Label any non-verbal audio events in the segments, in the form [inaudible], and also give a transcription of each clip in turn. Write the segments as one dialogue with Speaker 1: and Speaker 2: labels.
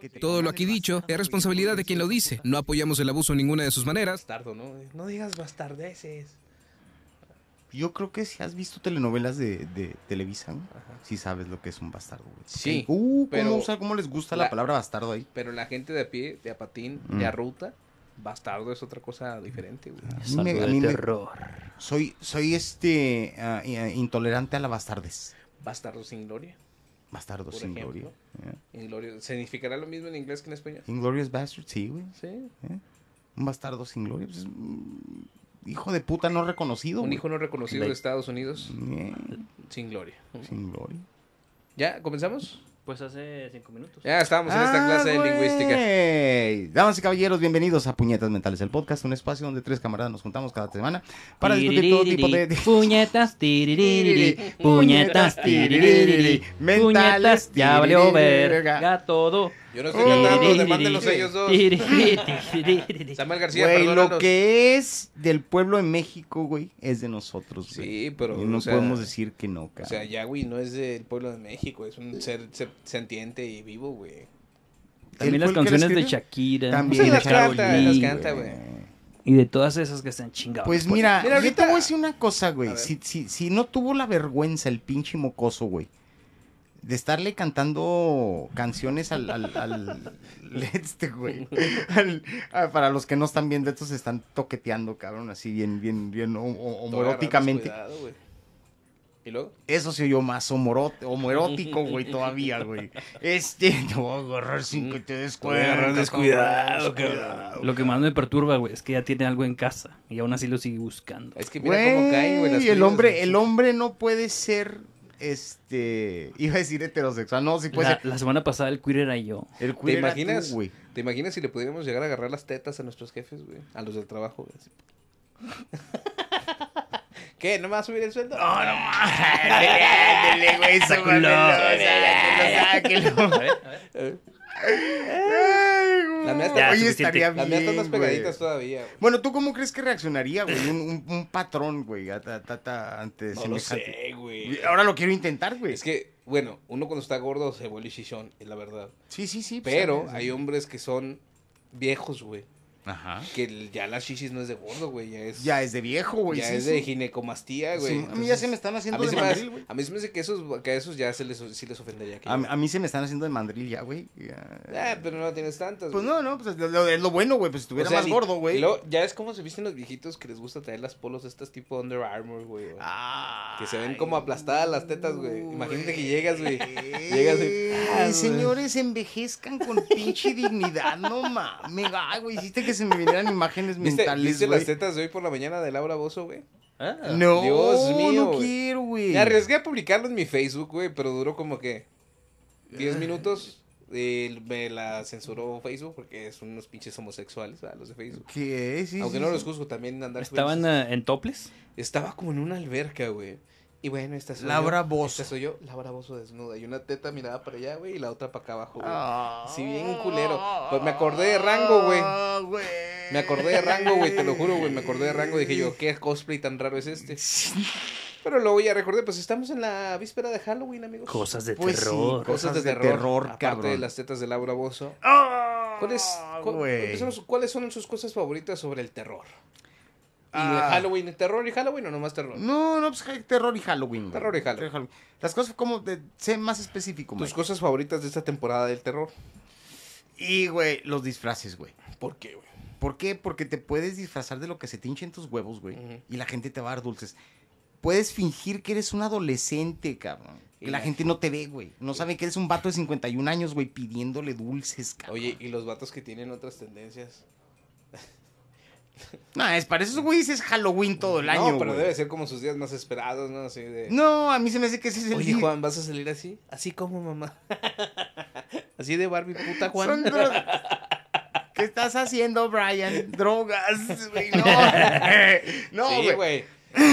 Speaker 1: que te
Speaker 2: Todo lo
Speaker 1: coman
Speaker 2: aquí
Speaker 1: el
Speaker 2: dicho
Speaker 1: bastardo,
Speaker 2: es
Speaker 1: güey,
Speaker 2: responsabilidad de quien lo dice. No apoyamos el abuso en ninguna de sus maneras.
Speaker 1: Bastardo, ¿no? No digas bastardeces.
Speaker 3: Yo creo que si has visto telenovelas de, de Televisa, ¿no?
Speaker 1: Ajá.
Speaker 3: sí sabes lo que es un bastardo, güey.
Speaker 1: Sí,
Speaker 3: Uh, ¿cómo,
Speaker 1: pero-
Speaker 3: usa- cómo les gusta la,
Speaker 1: la-
Speaker 3: palabra bastardo ahí?
Speaker 1: Pero la gente de a pie, de a patín,
Speaker 3: Mm. Ah.
Speaker 1: de a ruta, bastardo es otra cosa diferente, güey.
Speaker 3: A mí
Speaker 4: Salud
Speaker 3: me- a
Speaker 4: del
Speaker 3: mí me-
Speaker 4: terror.
Speaker 3: soy, soy este ah, eh, intolerante a la bastardez.
Speaker 1: Bastardo sin gloria.
Speaker 3: Bastardo
Speaker 1: Por
Speaker 3: sin gloria.
Speaker 1: ejemplo. Inglorio- ¿Significará lo mismo en inglés que en español?
Speaker 3: Inglorious Bastard, sí, güey.
Speaker 1: Sí.
Speaker 3: ¿eh? Un bastardo sin gloria. pues, es un hijo de puta no reconocido.
Speaker 1: Un
Speaker 3: güey.
Speaker 1: hijo no reconocido
Speaker 4: Ley.
Speaker 1: de Estados Unidos
Speaker 3: Eh,
Speaker 1: sin gloria.
Speaker 3: sin gloria.
Speaker 1: ¿Ya? ¿Comenzamos?
Speaker 4: Pues hace cinco minutos.
Speaker 1: Ya estábamos en esta
Speaker 3: Ah,
Speaker 1: clase de
Speaker 3: güey.
Speaker 1: lingüística.
Speaker 3: Damas y caballeros, bienvenidos a Puñetas Mentales, el podcast, un espacio donde tres camaradas nos juntamos cada semana para discutir todo tipo [laughs] de... de-
Speaker 4: Puñetas, tiririri, puñetas, tiririri,
Speaker 3: Mentales,
Speaker 4: puñetas, ya valió
Speaker 3: verga.
Speaker 4: verga todo.
Speaker 1: Yo no estoy cantando, demanden los ellos dos.
Speaker 3: [laughs]
Speaker 4: Puñetas,
Speaker 1: Samuel García,
Speaker 3: Güey, lo
Speaker 1: perdónanos.
Speaker 3: que es del pueblo en México, güey, es de nosotros, güey.
Speaker 1: Sí, pero,
Speaker 3: Y no
Speaker 1: o sea,
Speaker 3: podemos decir que no,
Speaker 1: O
Speaker 3: cabrón.
Speaker 1: sea, Yahweh no es del pueblo de México, es un ser, ser- sentiente y vivo, güey.
Speaker 3: ¿Él
Speaker 4: También las
Speaker 3: fue el que la
Speaker 4: canciones de
Speaker 3: escribió?
Speaker 4: Shakira. Ah,
Speaker 3: También
Speaker 1: Sí, las
Speaker 3: Karol
Speaker 1: canta,
Speaker 3: G,
Speaker 1: las canta,
Speaker 4: Y de todas esas que están chingadas.
Speaker 3: Pues mira,
Speaker 1: Mira,
Speaker 3: yo te
Speaker 1: ahorita-
Speaker 3: voy a decir una cosa,
Speaker 1: A
Speaker 3: güey.
Speaker 1: ver.
Speaker 3: Si, si, si no tuvo la vergüenza el pinche mocoso, güey, de estarle cantando canciones al, al, al- [laughs] al este, güey. Al- a- para los que no están viendo, estos se están toqueteando, cabrón, así bien, bien, bien ho- ho- homoeróticamente.
Speaker 1: Todo agarrarnos cuidado, güey. ¿Y luego?
Speaker 3: Eso se oyó más homoro- homoerótico,
Speaker 1: [laughs]
Speaker 3: güey, todavía, güey. Este, [laughs] te voy a agarrar sin que te des
Speaker 1: voy a agarrar
Speaker 3: cuenta,
Speaker 1: descuidado,
Speaker 3: descuidado.
Speaker 4: Lo que más me perturba, güey, es que ya tiene algo en casa y aún así lo sigue buscando.
Speaker 1: Es que mira cómo caen, güey. las
Speaker 3: Güey, el
Speaker 1: crías,
Speaker 3: hombre,
Speaker 1: güey.
Speaker 3: el hombre no puede ser, este, iba a decir heterosexual, no, Pues sí puede
Speaker 4: La,
Speaker 3: ser.
Speaker 4: la semana pasada el queer era yo.
Speaker 3: El
Speaker 1: ¿Te
Speaker 3: queer era tú,
Speaker 1: imaginas,
Speaker 3: güey.
Speaker 1: ¿Te imaginas si le pudiéramos llegar a agarrar las tetas a nuestros jefes, güey? A los del trabajo, güey.
Speaker 3: [laughs]
Speaker 1: así. ¿Qué? ¿No me vas a subir el sueldo? No,
Speaker 3: [laughs]
Speaker 1: no.
Speaker 3: Ándele, güey, sácalo,
Speaker 1: [laughs]
Speaker 4: Sácalo.
Speaker 3: sácalo, sácalo.
Speaker 1: Eh,
Speaker 3: Ay, güey.
Speaker 1: La mía está-
Speaker 3: Oye,
Speaker 4: Ya,
Speaker 3: estaría
Speaker 1: Las mías están
Speaker 3: bien,
Speaker 1: más
Speaker 3: güey.
Speaker 1: pegaditas todavía, güey.
Speaker 3: Bueno, ¿tú cómo crees que reaccionaría, güey? Un, un- un patrón, güey, a- a- a- a-
Speaker 1: No
Speaker 3: ante
Speaker 1: lo
Speaker 3: semejante.
Speaker 1: sé, güey.
Speaker 3: Ahora lo quiero intentar, güey.
Speaker 1: Es que, bueno, uno cuando está gordo se vuelve chichón, es la verdad.
Speaker 3: Sí, sí, sí. pues,
Speaker 1: Pero
Speaker 3: sabes,
Speaker 1: hay hombres que son viejos, güey.
Speaker 3: Ajá.
Speaker 1: Que el- ya las chichis no es de gordo, güey. Ya es,
Speaker 3: Ya es de viejo, güey.
Speaker 1: ya
Speaker 3: sí,
Speaker 1: es
Speaker 3: sí.
Speaker 1: de ginecomastia, güey.
Speaker 3: Sí, a mí ya
Speaker 1: Entonces,
Speaker 3: se me están
Speaker 1: a
Speaker 3: haciendo
Speaker 1: mí,
Speaker 3: de
Speaker 1: se me hace-
Speaker 3: mandril, güey.
Speaker 1: a mí se me hace que, esos, que a esos ya se les, sí les ofendería. Que
Speaker 3: A,
Speaker 1: yo-
Speaker 3: a mí se me están haciendo de mandril ya, güey. Ya.
Speaker 1: Ah, pero no tienes tantas. güey.
Speaker 3: Pues no, no, pues es lo, es lo bueno, güey. Pues si
Speaker 1: O
Speaker 3: estuviera
Speaker 1: sea,
Speaker 3: más
Speaker 1: li-
Speaker 3: gordo,
Speaker 1: y
Speaker 3: güey.
Speaker 1: luego, ya es como se visten los viejitos que les gusta traer las polos estas tipo Under Armour, güey. o-
Speaker 3: Ah,
Speaker 1: que se ven como aplastadas las tetas, güey. Imagínate que llegas, güey.
Speaker 3: Ey,
Speaker 1: Llegas y- Ah, güey.
Speaker 3: señores, envejezcan con pinche dignidad, no mames. Ay, güey, hiciste que se me vinieran imágenes
Speaker 1: ¿Viste,
Speaker 3: mentales,
Speaker 1: viste las
Speaker 3: güey.
Speaker 1: tetas de hoy por la mañana de Laura Bozo, güey?
Speaker 3: No,
Speaker 1: Dios mío,
Speaker 3: no
Speaker 1: güey.
Speaker 3: quiero, güey.
Speaker 1: Me arriesgué a publicarlo en mi Facebook, güey, pero duró como que
Speaker 3: Eh.
Speaker 1: 10 minutos. Y me la censuró Facebook porque son unos pinches homosexuales, ¿verdad? los de Facebook.
Speaker 3: ¿Qué? Sí,
Speaker 1: Aunque
Speaker 3: sí,
Speaker 1: no
Speaker 3: sí.
Speaker 1: los juzgo, también andar
Speaker 3: Pues
Speaker 4: Estaban
Speaker 1: sueltos.
Speaker 4: eh, en toples.
Speaker 1: Estaba como en una alberca, güey. Y bueno, esta soy
Speaker 3: Laura
Speaker 1: yo.
Speaker 3: Bozo.
Speaker 1: Esta soy yo, Laura Bozo desnuda. Y una teta mirada para allá, güey, y la otra para acá abajo, güey.
Speaker 3: Ah,
Speaker 1: Sí, bien culero. Pues me acordé de Rango, güey.
Speaker 3: güey.
Speaker 1: Me acordé de Rango, güey, te lo juro, güey, me acordé de Rango. Dije yo, ¿qué cosplay tan raro es
Speaker 3: [laughs]
Speaker 1: este? Pero luego ya recordé, pues estamos en la víspera de Halloween, amigos.
Speaker 4: Cosas de
Speaker 3: Pues sí,
Speaker 4: terror.
Speaker 3: cosas de terror,
Speaker 1: aparte
Speaker 3: cabrón.
Speaker 1: de las tetas de Laura Bozo.
Speaker 3: Ah,
Speaker 1: ¿Cuáles, cu-
Speaker 3: güey.
Speaker 1: empecemos, ¿Cuáles son sus cosas favoritas sobre el terror? ¿Y
Speaker 3: Ah.
Speaker 1: Halloween, terror y Halloween o nomás terror?
Speaker 3: No, no, pues ja- terror y Halloween. güey.
Speaker 1: Terror y Halloween.
Speaker 3: Las cosas como de, sé más específico,
Speaker 1: Tus
Speaker 3: güey.
Speaker 1: cosas favoritas de esta temporada del terror.
Speaker 3: Y, güey, los disfraces, güey.
Speaker 1: ¿Por qué, güey?
Speaker 3: ¿Por qué? Porque te puedes disfrazar de lo que se te hinchen tus huevos, güey.
Speaker 1: Ujú.
Speaker 3: Y la gente te va a dar dulces. Puedes fingir que eres un adolescente, cabrón.
Speaker 1: Y
Speaker 3: Que la
Speaker 1: la-
Speaker 3: gente no te ve, güey. No saben que eres un vato de 51 años, güey, pidiéndole dulces, cabrón.
Speaker 1: Oye, y los vatos que tienen otras tendencias.
Speaker 3: No, es para eso, güey, es Halloween todo el año,
Speaker 1: no, pero
Speaker 3: güey.
Speaker 1: debe ser como sus días más esperados, ¿no? Así de...
Speaker 3: No, a mí se me hace que ese es el
Speaker 1: Oye,
Speaker 3: día-
Speaker 1: Juan, ¿vas a salir así? Así como mamá. [laughs] así de Barbie, puta Juan. [laughs]
Speaker 3: Son dro- ¿Qué estás haciendo, Brian? Drogas, güey. [laughs] No,
Speaker 1: sí,
Speaker 3: no, güey.
Speaker 1: güey.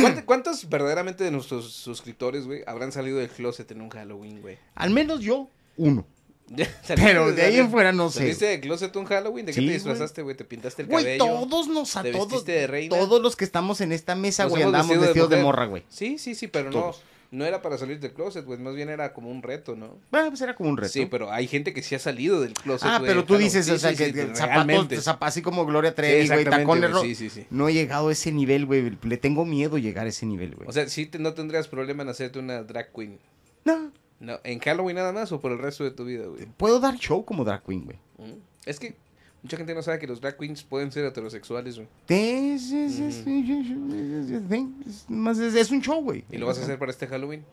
Speaker 1: ¿Cuánto- ¿Cuántos verdaderamente de nuestros suscriptores, güey, habrán salido del closet en un Halloween, güey? [laughs]
Speaker 3: Al menos yo, uno.
Speaker 1: Ya,
Speaker 3: Pero de ahí en
Speaker 1: ¿saliste-
Speaker 3: fuera no sé.
Speaker 1: ¿Saliste del closet un Halloween? ¿De qué
Speaker 3: Sí,
Speaker 1: te
Speaker 3: güey.
Speaker 1: disfrazaste, güey? ¿Te pintaste el
Speaker 3: Güey,
Speaker 1: cabello?
Speaker 3: todos nos a
Speaker 1: ¿Te
Speaker 3: todos.
Speaker 1: vestiste de reina?
Speaker 3: Todos los que estamos en esta mesa,
Speaker 1: Nos
Speaker 3: güey,
Speaker 1: hemos
Speaker 3: andamos
Speaker 1: vestido de
Speaker 3: vestidos de,
Speaker 1: mujer.
Speaker 3: morra, güey.
Speaker 1: Sí, sí, sí, pero
Speaker 3: Todos.
Speaker 1: no era para salir del closet, güey, más bien era como un reto, ¿no?
Speaker 3: Bueno, pues era como un reto.
Speaker 1: Sí, pero hay gente que sí ha salido del closet.
Speaker 3: ah,
Speaker 1: güey,
Speaker 3: pero tú
Speaker 1: claro.
Speaker 3: dices,
Speaker 1: Sí,
Speaker 3: o sea,
Speaker 1: sí,
Speaker 3: que
Speaker 1: sí,
Speaker 3: que zapatos,
Speaker 1: realmente.
Speaker 3: zap- así como Gloria
Speaker 1: Sí,
Speaker 3: Trevi, güey,
Speaker 1: exactamente,
Speaker 3: tacones
Speaker 1: güey,
Speaker 3: ro-
Speaker 1: Sí, sí, sí.
Speaker 3: No he llegado a ese nivel, güey. Le tengo miedo llegar a ese nivel, güey.
Speaker 1: O sea, sí te- no tendrías problema en hacerte una drag queen.
Speaker 3: no,
Speaker 1: No, ¿En Halloween nada más o por el resto de tu vida, güey?
Speaker 3: puedo dar show como drag queen, güey.
Speaker 1: Mm. Es que mucha gente no sabe que los drag queens pueden ser heterosexuales, güey.
Speaker 3: Es, es- es- es- más es- es un show, güey.
Speaker 1: Y lo vas a hacer para este Halloween.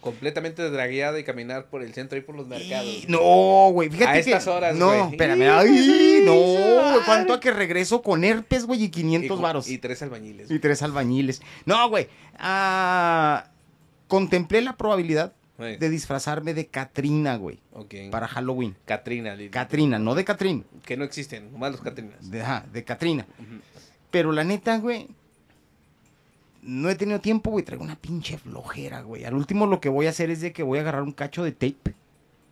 Speaker 1: Completamente dragueada y caminar por el centro y por los mercados.
Speaker 3: Y- No, güey, fíjate
Speaker 1: A estas
Speaker 3: que-
Speaker 1: horas,
Speaker 3: no,
Speaker 1: güey.
Speaker 3: espérame,
Speaker 1: Y-
Speaker 3: ay, no, güey,
Speaker 1: ay.
Speaker 3: cuánto a que regreso con herpes, güey, y 500
Speaker 1: Y-
Speaker 3: varos.
Speaker 1: Y tres albañiles.
Speaker 3: Y tres albañiles. No, güey. ah, contemplé la probabilidad
Speaker 1: güey.
Speaker 3: de disfrazarme de Katrina, güey.
Speaker 1: Ok.
Speaker 3: Para Halloween.
Speaker 1: Catrina, Lili.
Speaker 3: Katrina, no de Catrín.
Speaker 1: que no existen, nomás los Catrinas.
Speaker 3: De, ajá, de Katrina.
Speaker 1: Ujú.
Speaker 3: Pero la neta, güey. No he tenido tiempo, güey. Traigo una pinche flojera, güey. Al último lo que voy a hacer es de que voy a agarrar un cacho de tape.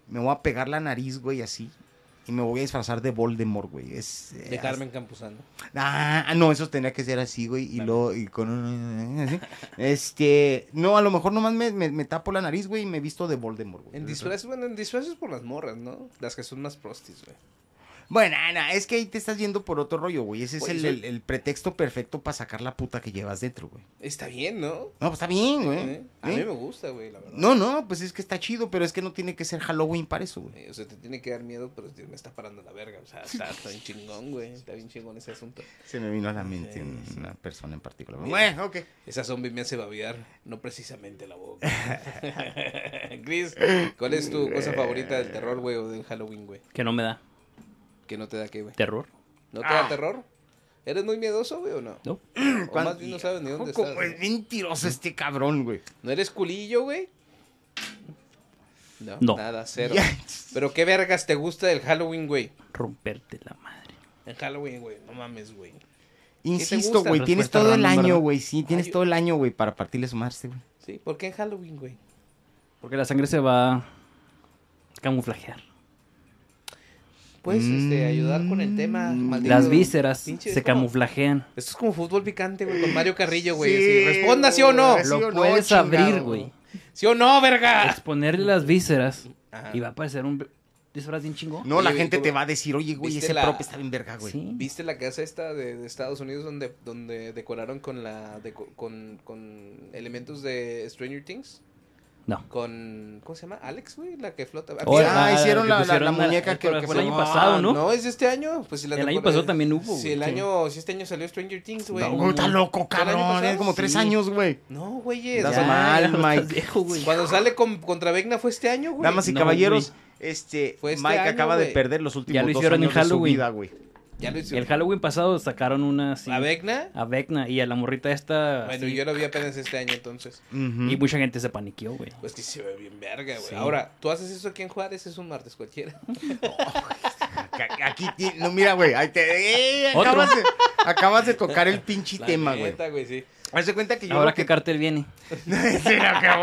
Speaker 3: Me voy a pegar la nariz, güey, así. Y me voy a disfrazar de Voldemort, güey. Es, eh,
Speaker 1: De Carmen Campuzano.
Speaker 3: Ah, ah, no, eso tenía que ser así, güey. Y luego, y con un. así. Este. No, a lo mejor nomás me, me- me tapo la nariz, güey, y me visto de Voldemort, güey.
Speaker 1: En disfraces, bueno, en disfraces por las morras, ¿no? Las que son más prostis, güey.
Speaker 3: Bueno, Ana, es que ahí te estás yendo por otro rollo, güey. Ese es
Speaker 1: Oye,
Speaker 3: el,
Speaker 1: soy-
Speaker 3: el- el pretexto perfecto para sacar la puta que llevas dentro, güey.
Speaker 1: Está bien, ¿no?
Speaker 3: No, pues está bien, güey.
Speaker 1: ¿Eh? A mí
Speaker 3: ¿Eh?
Speaker 1: me gusta, güey, la verdad.
Speaker 3: No, no, pues es que está chido, pero es que no tiene que ser Halloween para eso, güey.
Speaker 1: Eh, O sea, te tiene que dar miedo, pero te- me está parando la verga. O sea, está, está bien chingón, güey. Está bien chingón ese asunto.
Speaker 3: Se me vino a la mente
Speaker 1: Sí,
Speaker 3: un-
Speaker 1: sí.
Speaker 3: una persona en particular.
Speaker 1: Mira.
Speaker 3: Bueno, ok.
Speaker 1: Esa zombie me hace babear, no precisamente la boca. [laughs] Chris, ¿cuál es tu cosa favorita del terror, güey, o del Halloween, güey?
Speaker 4: Que no me da
Speaker 1: Que no te da qué, güey.
Speaker 4: terror.
Speaker 1: ¿No te da terror? ¿Eres muy miedoso, güey, o no?
Speaker 4: No.
Speaker 1: [clears throat] O más bien no sabes ni dónde
Speaker 3: Joco,
Speaker 1: estás.
Speaker 3: pues,
Speaker 1: güey.
Speaker 3: mentiroso este cabrón, güey.
Speaker 1: ¿No eres culillo, güey? No, [laughs]
Speaker 4: No.
Speaker 1: nada, cero.
Speaker 3: Ya.
Speaker 1: Pero qué vergas te gusta del Halloween, güey.
Speaker 4: Romperte la madre.
Speaker 1: En Halloween, güey, no mames, güey.
Speaker 3: Insisto,
Speaker 1: gusta?
Speaker 3: güey, tienes
Speaker 4: Respuesta
Speaker 3: todo el
Speaker 4: random,
Speaker 3: año,
Speaker 4: ¿verdad?
Speaker 3: güey. Sí, tienes
Speaker 1: Ay,
Speaker 3: todo el año, güey, para partirle su madre, güey.
Speaker 1: Sí, ¿por qué en Halloween, güey?
Speaker 4: Porque la sangre se va a camuflajear.
Speaker 1: Puedes este, ayudar con el tema.
Speaker 3: Mm,
Speaker 1: maldito.
Speaker 4: Mm. Las vísceras
Speaker 1: Pinche,
Speaker 4: se
Speaker 1: es como-
Speaker 4: camuflajean.
Speaker 1: Esto es como fútbol picante, güey, [laughs] con Mario Carrillo, güey.
Speaker 3: Sí,
Speaker 1: así, Responda sí o no.
Speaker 3: güey. ¿Sí o
Speaker 4: Lo
Speaker 3: no,
Speaker 4: puedes
Speaker 3: chingado?
Speaker 4: abrir, güey.
Speaker 1: Sí o no, verga.
Speaker 4: Exponerle las vísceras
Speaker 1: Ajá.
Speaker 4: y va a aparecer un disfraz bien chingón.
Speaker 3: No,
Speaker 1: Oye,
Speaker 3: la
Speaker 1: güey,
Speaker 3: gente
Speaker 1: ¿cómo-
Speaker 3: te va a decir, oye, güey,
Speaker 1: viste
Speaker 3: ese
Speaker 1: la-
Speaker 3: prop está bien verga, güey.
Speaker 4: Sí.
Speaker 1: ¿Viste la casa esta de, de Estados Unidos donde, donde decoraron con la deco- con, con elementos de Stranger Things?
Speaker 4: No.
Speaker 1: Con ¿cómo se llama? Alex, güey, la que flota.
Speaker 3: Oye,
Speaker 1: Ah,
Speaker 3: ah,
Speaker 4: la-
Speaker 3: hicieron
Speaker 4: que
Speaker 3: la- la- la
Speaker 4: pusieron
Speaker 3: muñeca que-
Speaker 4: fue
Speaker 3: que
Speaker 4: el
Speaker 3: se-
Speaker 4: año pasado, ¿no?
Speaker 1: es de este año, pues si la
Speaker 4: El año
Speaker 1: decoraron-
Speaker 4: pasado también hubo,
Speaker 1: Sí,
Speaker 4: güey,
Speaker 1: el
Speaker 4: sí.
Speaker 1: año, si este año salió Stranger Things, güey.
Speaker 3: No, güey, está loco,
Speaker 1: ¿Fue el año
Speaker 3: cabrón.
Speaker 1: pasado?
Speaker 3: Es como tres
Speaker 1: Sí.
Speaker 3: años, güey.
Speaker 1: No, güey.
Speaker 3: Ya,
Speaker 1: o
Speaker 3: Estás
Speaker 1: sea,
Speaker 3: mal,
Speaker 4: ya no
Speaker 3: Mike.
Speaker 4: estás viejo, güey.
Speaker 1: Cuando sale con, contra Vecna fue este año, güey.
Speaker 3: Damas y
Speaker 4: no,
Speaker 3: caballeros, este,
Speaker 1: Fue este
Speaker 3: Mike
Speaker 1: año,
Speaker 3: acaba de
Speaker 1: güey.
Speaker 3: perder los últimos
Speaker 4: lo
Speaker 3: dos
Speaker 4: hicieron en
Speaker 3: años de su
Speaker 4: Halloween.
Speaker 3: vida, güey.
Speaker 1: Ya lo hizo.
Speaker 4: El Halloween pasado sacaron una así.
Speaker 1: ¿A Vecna?
Speaker 4: a Vecna y a la morrita esta.
Speaker 1: Bueno,
Speaker 4: así,
Speaker 1: yo lo vi apenas este año, entonces.
Speaker 4: Y
Speaker 3: Ujú.
Speaker 4: mucha gente se paniqueó, güey.
Speaker 1: Pues que se ve bien verga, güey.
Speaker 4: Sí.
Speaker 1: Ahora, tú haces eso aquí en Juárez, es un martes cualquiera.
Speaker 3: [laughs] Ca- Aquí, ti- no, mira, güey, ahí te... eh,
Speaker 4: Otro.
Speaker 3: acabas, de, acabas de tocar el
Speaker 1: [laughs]
Speaker 3: pinche
Speaker 1: La
Speaker 3: tema, güey.
Speaker 1: neta, güey, sí.
Speaker 3: Haz de cuenta que yo...
Speaker 4: Ahora
Speaker 3: lo
Speaker 4: qué cartel viene.
Speaker 3: [laughs] Sí, no, qué
Speaker 1: [laughs]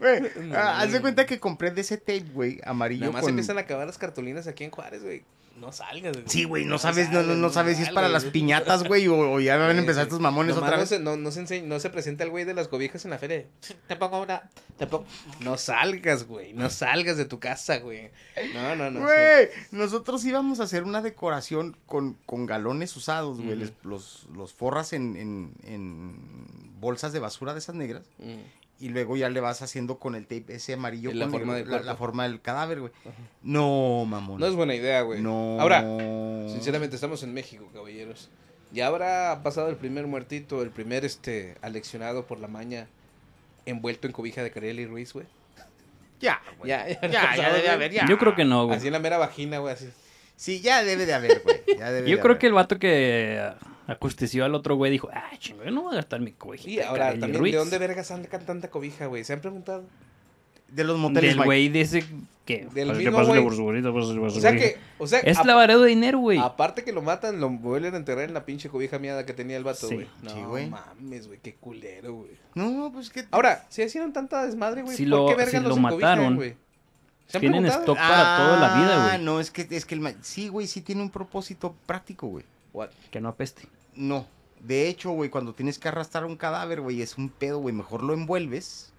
Speaker 3: güey. Güey, ah, haz de cuenta que compré de ese tape, güey, amarillo
Speaker 1: Nada más
Speaker 3: con-
Speaker 1: empiezan a acabar las cartulinas aquí en Juárez, güey. No salgas, güey.
Speaker 3: Sí, güey, no sabes, no, no,
Speaker 1: salgas,
Speaker 3: no sabes si es para
Speaker 1: salgas,
Speaker 3: las
Speaker 1: güey.
Speaker 3: piñatas, güey, o, o ya van a empezar
Speaker 1: Sí, sí.
Speaker 3: estos mamones
Speaker 1: Nomás
Speaker 3: otra
Speaker 1: no
Speaker 3: vez.
Speaker 1: se- No, no se, ense- no se presenta el güey de las cobijas en la feria. Te pongo una. te pongo- No salgas, güey. No salgas de tu casa, güey. No, no, no. sí.
Speaker 3: Güey, nosotros íbamos a hacer una decoración con, con galones usados, güey,
Speaker 1: Ujú.
Speaker 3: les- los, los forras en, en- en bolsas de basura de esas negras
Speaker 1: Mm.
Speaker 3: y luego ya le vas haciendo con el tape ese amarillo
Speaker 1: La
Speaker 3: con
Speaker 1: forma
Speaker 3: el-
Speaker 1: del
Speaker 3: la,
Speaker 1: cuerpo.
Speaker 3: la forma del cadáver, güey. No, mamón.
Speaker 1: No es buena idea, güey.
Speaker 3: No.
Speaker 1: Ahora, Sinceramente, estamos en México, caballeros. Ya habrá pasado el primer muertito, el primer este aleccionado por la maña, envuelto en cobija de Carelli Ruiz, güey.
Speaker 3: Ya, güey.
Speaker 1: Ya, ya,
Speaker 3: Ya, ya debe de haber, ya.
Speaker 4: Yo creo que no, güey.
Speaker 1: Así en la mera vagina, güey, así.
Speaker 3: Sí, ya debe de haber, güey. Ya debe
Speaker 4: Yo
Speaker 3: de
Speaker 4: creo
Speaker 3: haber.
Speaker 4: que el vato que eh, acustició al otro güey dijo, ah, chingo, yo no voy a gastar mi cobijita.
Speaker 1: Y ahora
Speaker 4: Carelli
Speaker 1: también,
Speaker 4: Ruiz".
Speaker 1: ¿de dónde vergas sacan tanta cobija, güey? ¿Se han preguntado?
Speaker 3: De los moteles,
Speaker 4: Del
Speaker 3: Mike.
Speaker 4: güey de ese que...
Speaker 1: Del
Speaker 4: Pásale,
Speaker 1: mismo
Speaker 4: pásale
Speaker 1: güey.
Speaker 4: por su bolita, pásale por su
Speaker 1: O sea
Speaker 4: bolita.
Speaker 1: que, o sea,
Speaker 4: Es
Speaker 1: a-
Speaker 4: lavadero de dinero, güey.
Speaker 1: aparte que lo matan, lo vuelven a enterrar en la pinche cobija miada que tenía el vato,
Speaker 4: Sí,
Speaker 1: güey. No
Speaker 3: sí, güey.
Speaker 1: mames, güey, qué culero, güey.
Speaker 3: No, pues que.
Speaker 1: Ahora, si hicieron tanta desmadre, güey,
Speaker 4: Si
Speaker 1: ¿por
Speaker 4: lo-
Speaker 1: qué vergas
Speaker 4: si
Speaker 1: los
Speaker 4: lo
Speaker 1: encobijan,
Speaker 4: mataron,
Speaker 1: güey? ¿Se han
Speaker 4: tienen
Speaker 1: preguntado?
Speaker 4: stock para toda la vida,
Speaker 3: Ah,
Speaker 4: güey.
Speaker 3: no, es que, es que el. ma- Sí, güey, sí tiene un propósito práctico, güey.
Speaker 1: What?
Speaker 4: Que no apeste.
Speaker 3: No. De hecho, güey, cuando tienes que arrastrar un cadáver, güey, es un pedo, güey. Mejor lo envuelves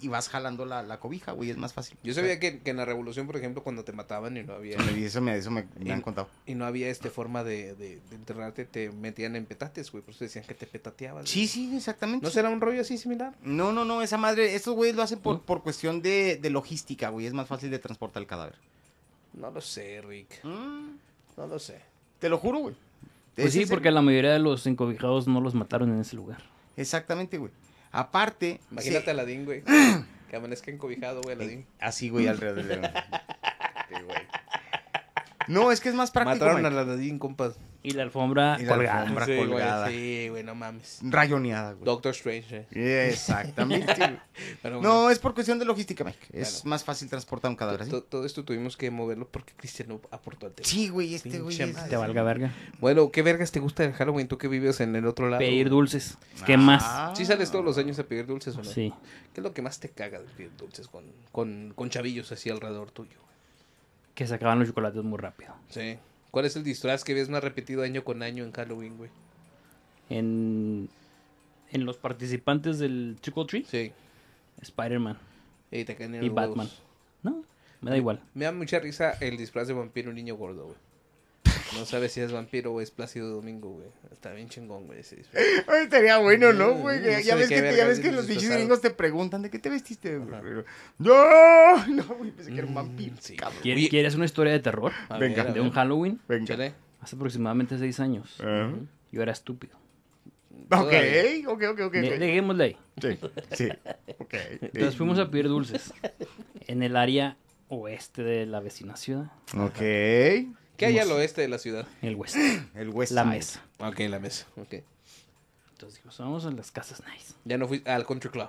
Speaker 3: y vas jalando la, la cobija, güey, es más fácil.
Speaker 1: Yo sabía que, que en la revolución, por ejemplo, cuando te mataban y no había
Speaker 3: Y eso me, eso me, me han contado.
Speaker 1: y no había este forma de, de, de enterrarte, te metían en petates, güey, por eso decían que te petateabas. güey.
Speaker 3: Sí, sí, exactamente.
Speaker 1: ¿No será un rollo así similar?
Speaker 3: No, no, no, esa madre, estos güeyes lo hacen por, por cuestión de, de logística, güey. Es más fácil de transportar el cadáver.
Speaker 1: No lo sé, Rick. No lo sé.
Speaker 3: Te lo juro, güey.
Speaker 4: Pues
Speaker 3: Ese
Speaker 4: sí,
Speaker 3: es el-
Speaker 4: porque la mayoría de los encobijados no los mataron en ese lugar.
Speaker 3: Exactamente, güey. Aparte.
Speaker 1: Imagínate
Speaker 3: sí,
Speaker 1: a Aladín, güey. Que amanezca encobijado, güey, Aladín.
Speaker 3: Así, güey, alrededor de-
Speaker 1: [laughs]
Speaker 3: Sí, güey. No, es que es más práctico.
Speaker 1: Mataron
Speaker 3: güey. Ah,
Speaker 1: a Aladín, compas.
Speaker 4: Y la alfombra
Speaker 3: Y la
Speaker 4: colgada.
Speaker 3: alfombra. Sombra
Speaker 1: sí, güey,
Speaker 3: colgada.
Speaker 1: sí, güey, no mames.
Speaker 3: Rayoneada, güey.
Speaker 1: Doctor Strange, eh.
Speaker 3: Exactamente.
Speaker 1: [laughs]
Speaker 3: güey.
Speaker 1: Pero bueno,
Speaker 3: No, es por cuestión de logística, Mike. Es
Speaker 1: Claro.
Speaker 3: más fácil transportar un cadáver así.
Speaker 1: to- todo esto tuvimos que moverlo porque Cristiano aportó al tema.
Speaker 3: Sí, güey, este güey.
Speaker 1: Pinche
Speaker 3: es-
Speaker 1: madre.
Speaker 4: Te valga verga.
Speaker 1: Bueno, ¿qué vergas te gusta del Halloween? Tú que vives en el otro lado.
Speaker 4: Pedir
Speaker 1: güey.
Speaker 4: dulces. ¿Qué más?
Speaker 3: Ah.
Speaker 1: ¿Sí sales todos los años a pedir dulces o no?
Speaker 4: Sí.
Speaker 1: ¿Qué es lo que más te caga de pedir dulces con, con, con chavillos así alrededor tuyo?
Speaker 4: Que se acaban los chocolates muy rápido.
Speaker 1: Sí. ¿Cuál es el disfraz que ves más repetido año con año en Halloween, güey?
Speaker 4: En, en los participantes del Trick or Treat,
Speaker 1: Sí.
Speaker 4: Spider-Man.
Speaker 1: Y te caen en
Speaker 4: Y
Speaker 1: los
Speaker 4: Batman.
Speaker 1: huevos.
Speaker 4: No, me da igual.
Speaker 1: Me da mucha risa el disfraz de vampiro niño gordo, güey. No sabes si es vampiro o es Plácido Domingo, güey. Está bien chingón, güey, ese disfraz.
Speaker 3: Ay, estaría bueno, ¿no,
Speaker 1: Mm,
Speaker 3: güey?
Speaker 1: no
Speaker 3: Ya,
Speaker 1: sé
Speaker 3: ya
Speaker 1: de
Speaker 3: ves
Speaker 1: qué
Speaker 3: que, te- ya
Speaker 1: vergas
Speaker 3: ves que
Speaker 1: vienes
Speaker 3: los bichos
Speaker 1: disfrazado.
Speaker 3: gringos te preguntan de qué te vestiste. güey? No, [laughs] no, güey, pensé que era un
Speaker 1: Mm,
Speaker 3: vampiro.
Speaker 1: sí.
Speaker 3: cabrón.
Speaker 4: ¿Quie-
Speaker 1: Oye.
Speaker 4: ¿Quieres una historia de terror?
Speaker 1: A
Speaker 3: Venga.
Speaker 1: ver, a
Speaker 4: De un
Speaker 1: ver.
Speaker 4: Halloween.
Speaker 3: Venga.
Speaker 1: Chale.
Speaker 4: Hace aproximadamente seis años.
Speaker 3: Ajá.
Speaker 4: Yo era estúpido.
Speaker 1: Todavía.
Speaker 3: Ok, ok, ok, ok.
Speaker 4: Le- Dejémosle ahí.
Speaker 3: Sí, sí. Ok.
Speaker 4: Nos
Speaker 3: Eh.
Speaker 4: fuimos a pedir dulces en el área oeste de la vecina ciudad,
Speaker 3: Ok.
Speaker 1: ¿Qué hay al oeste de la ciudad?
Speaker 4: el oeste,
Speaker 3: El West
Speaker 4: la
Speaker 3: Side.
Speaker 4: mesa.
Speaker 1: Ok, la mesa. Ok.
Speaker 4: Entonces dijimos, vamos a las casas nice.
Speaker 1: Ya no fui al country club.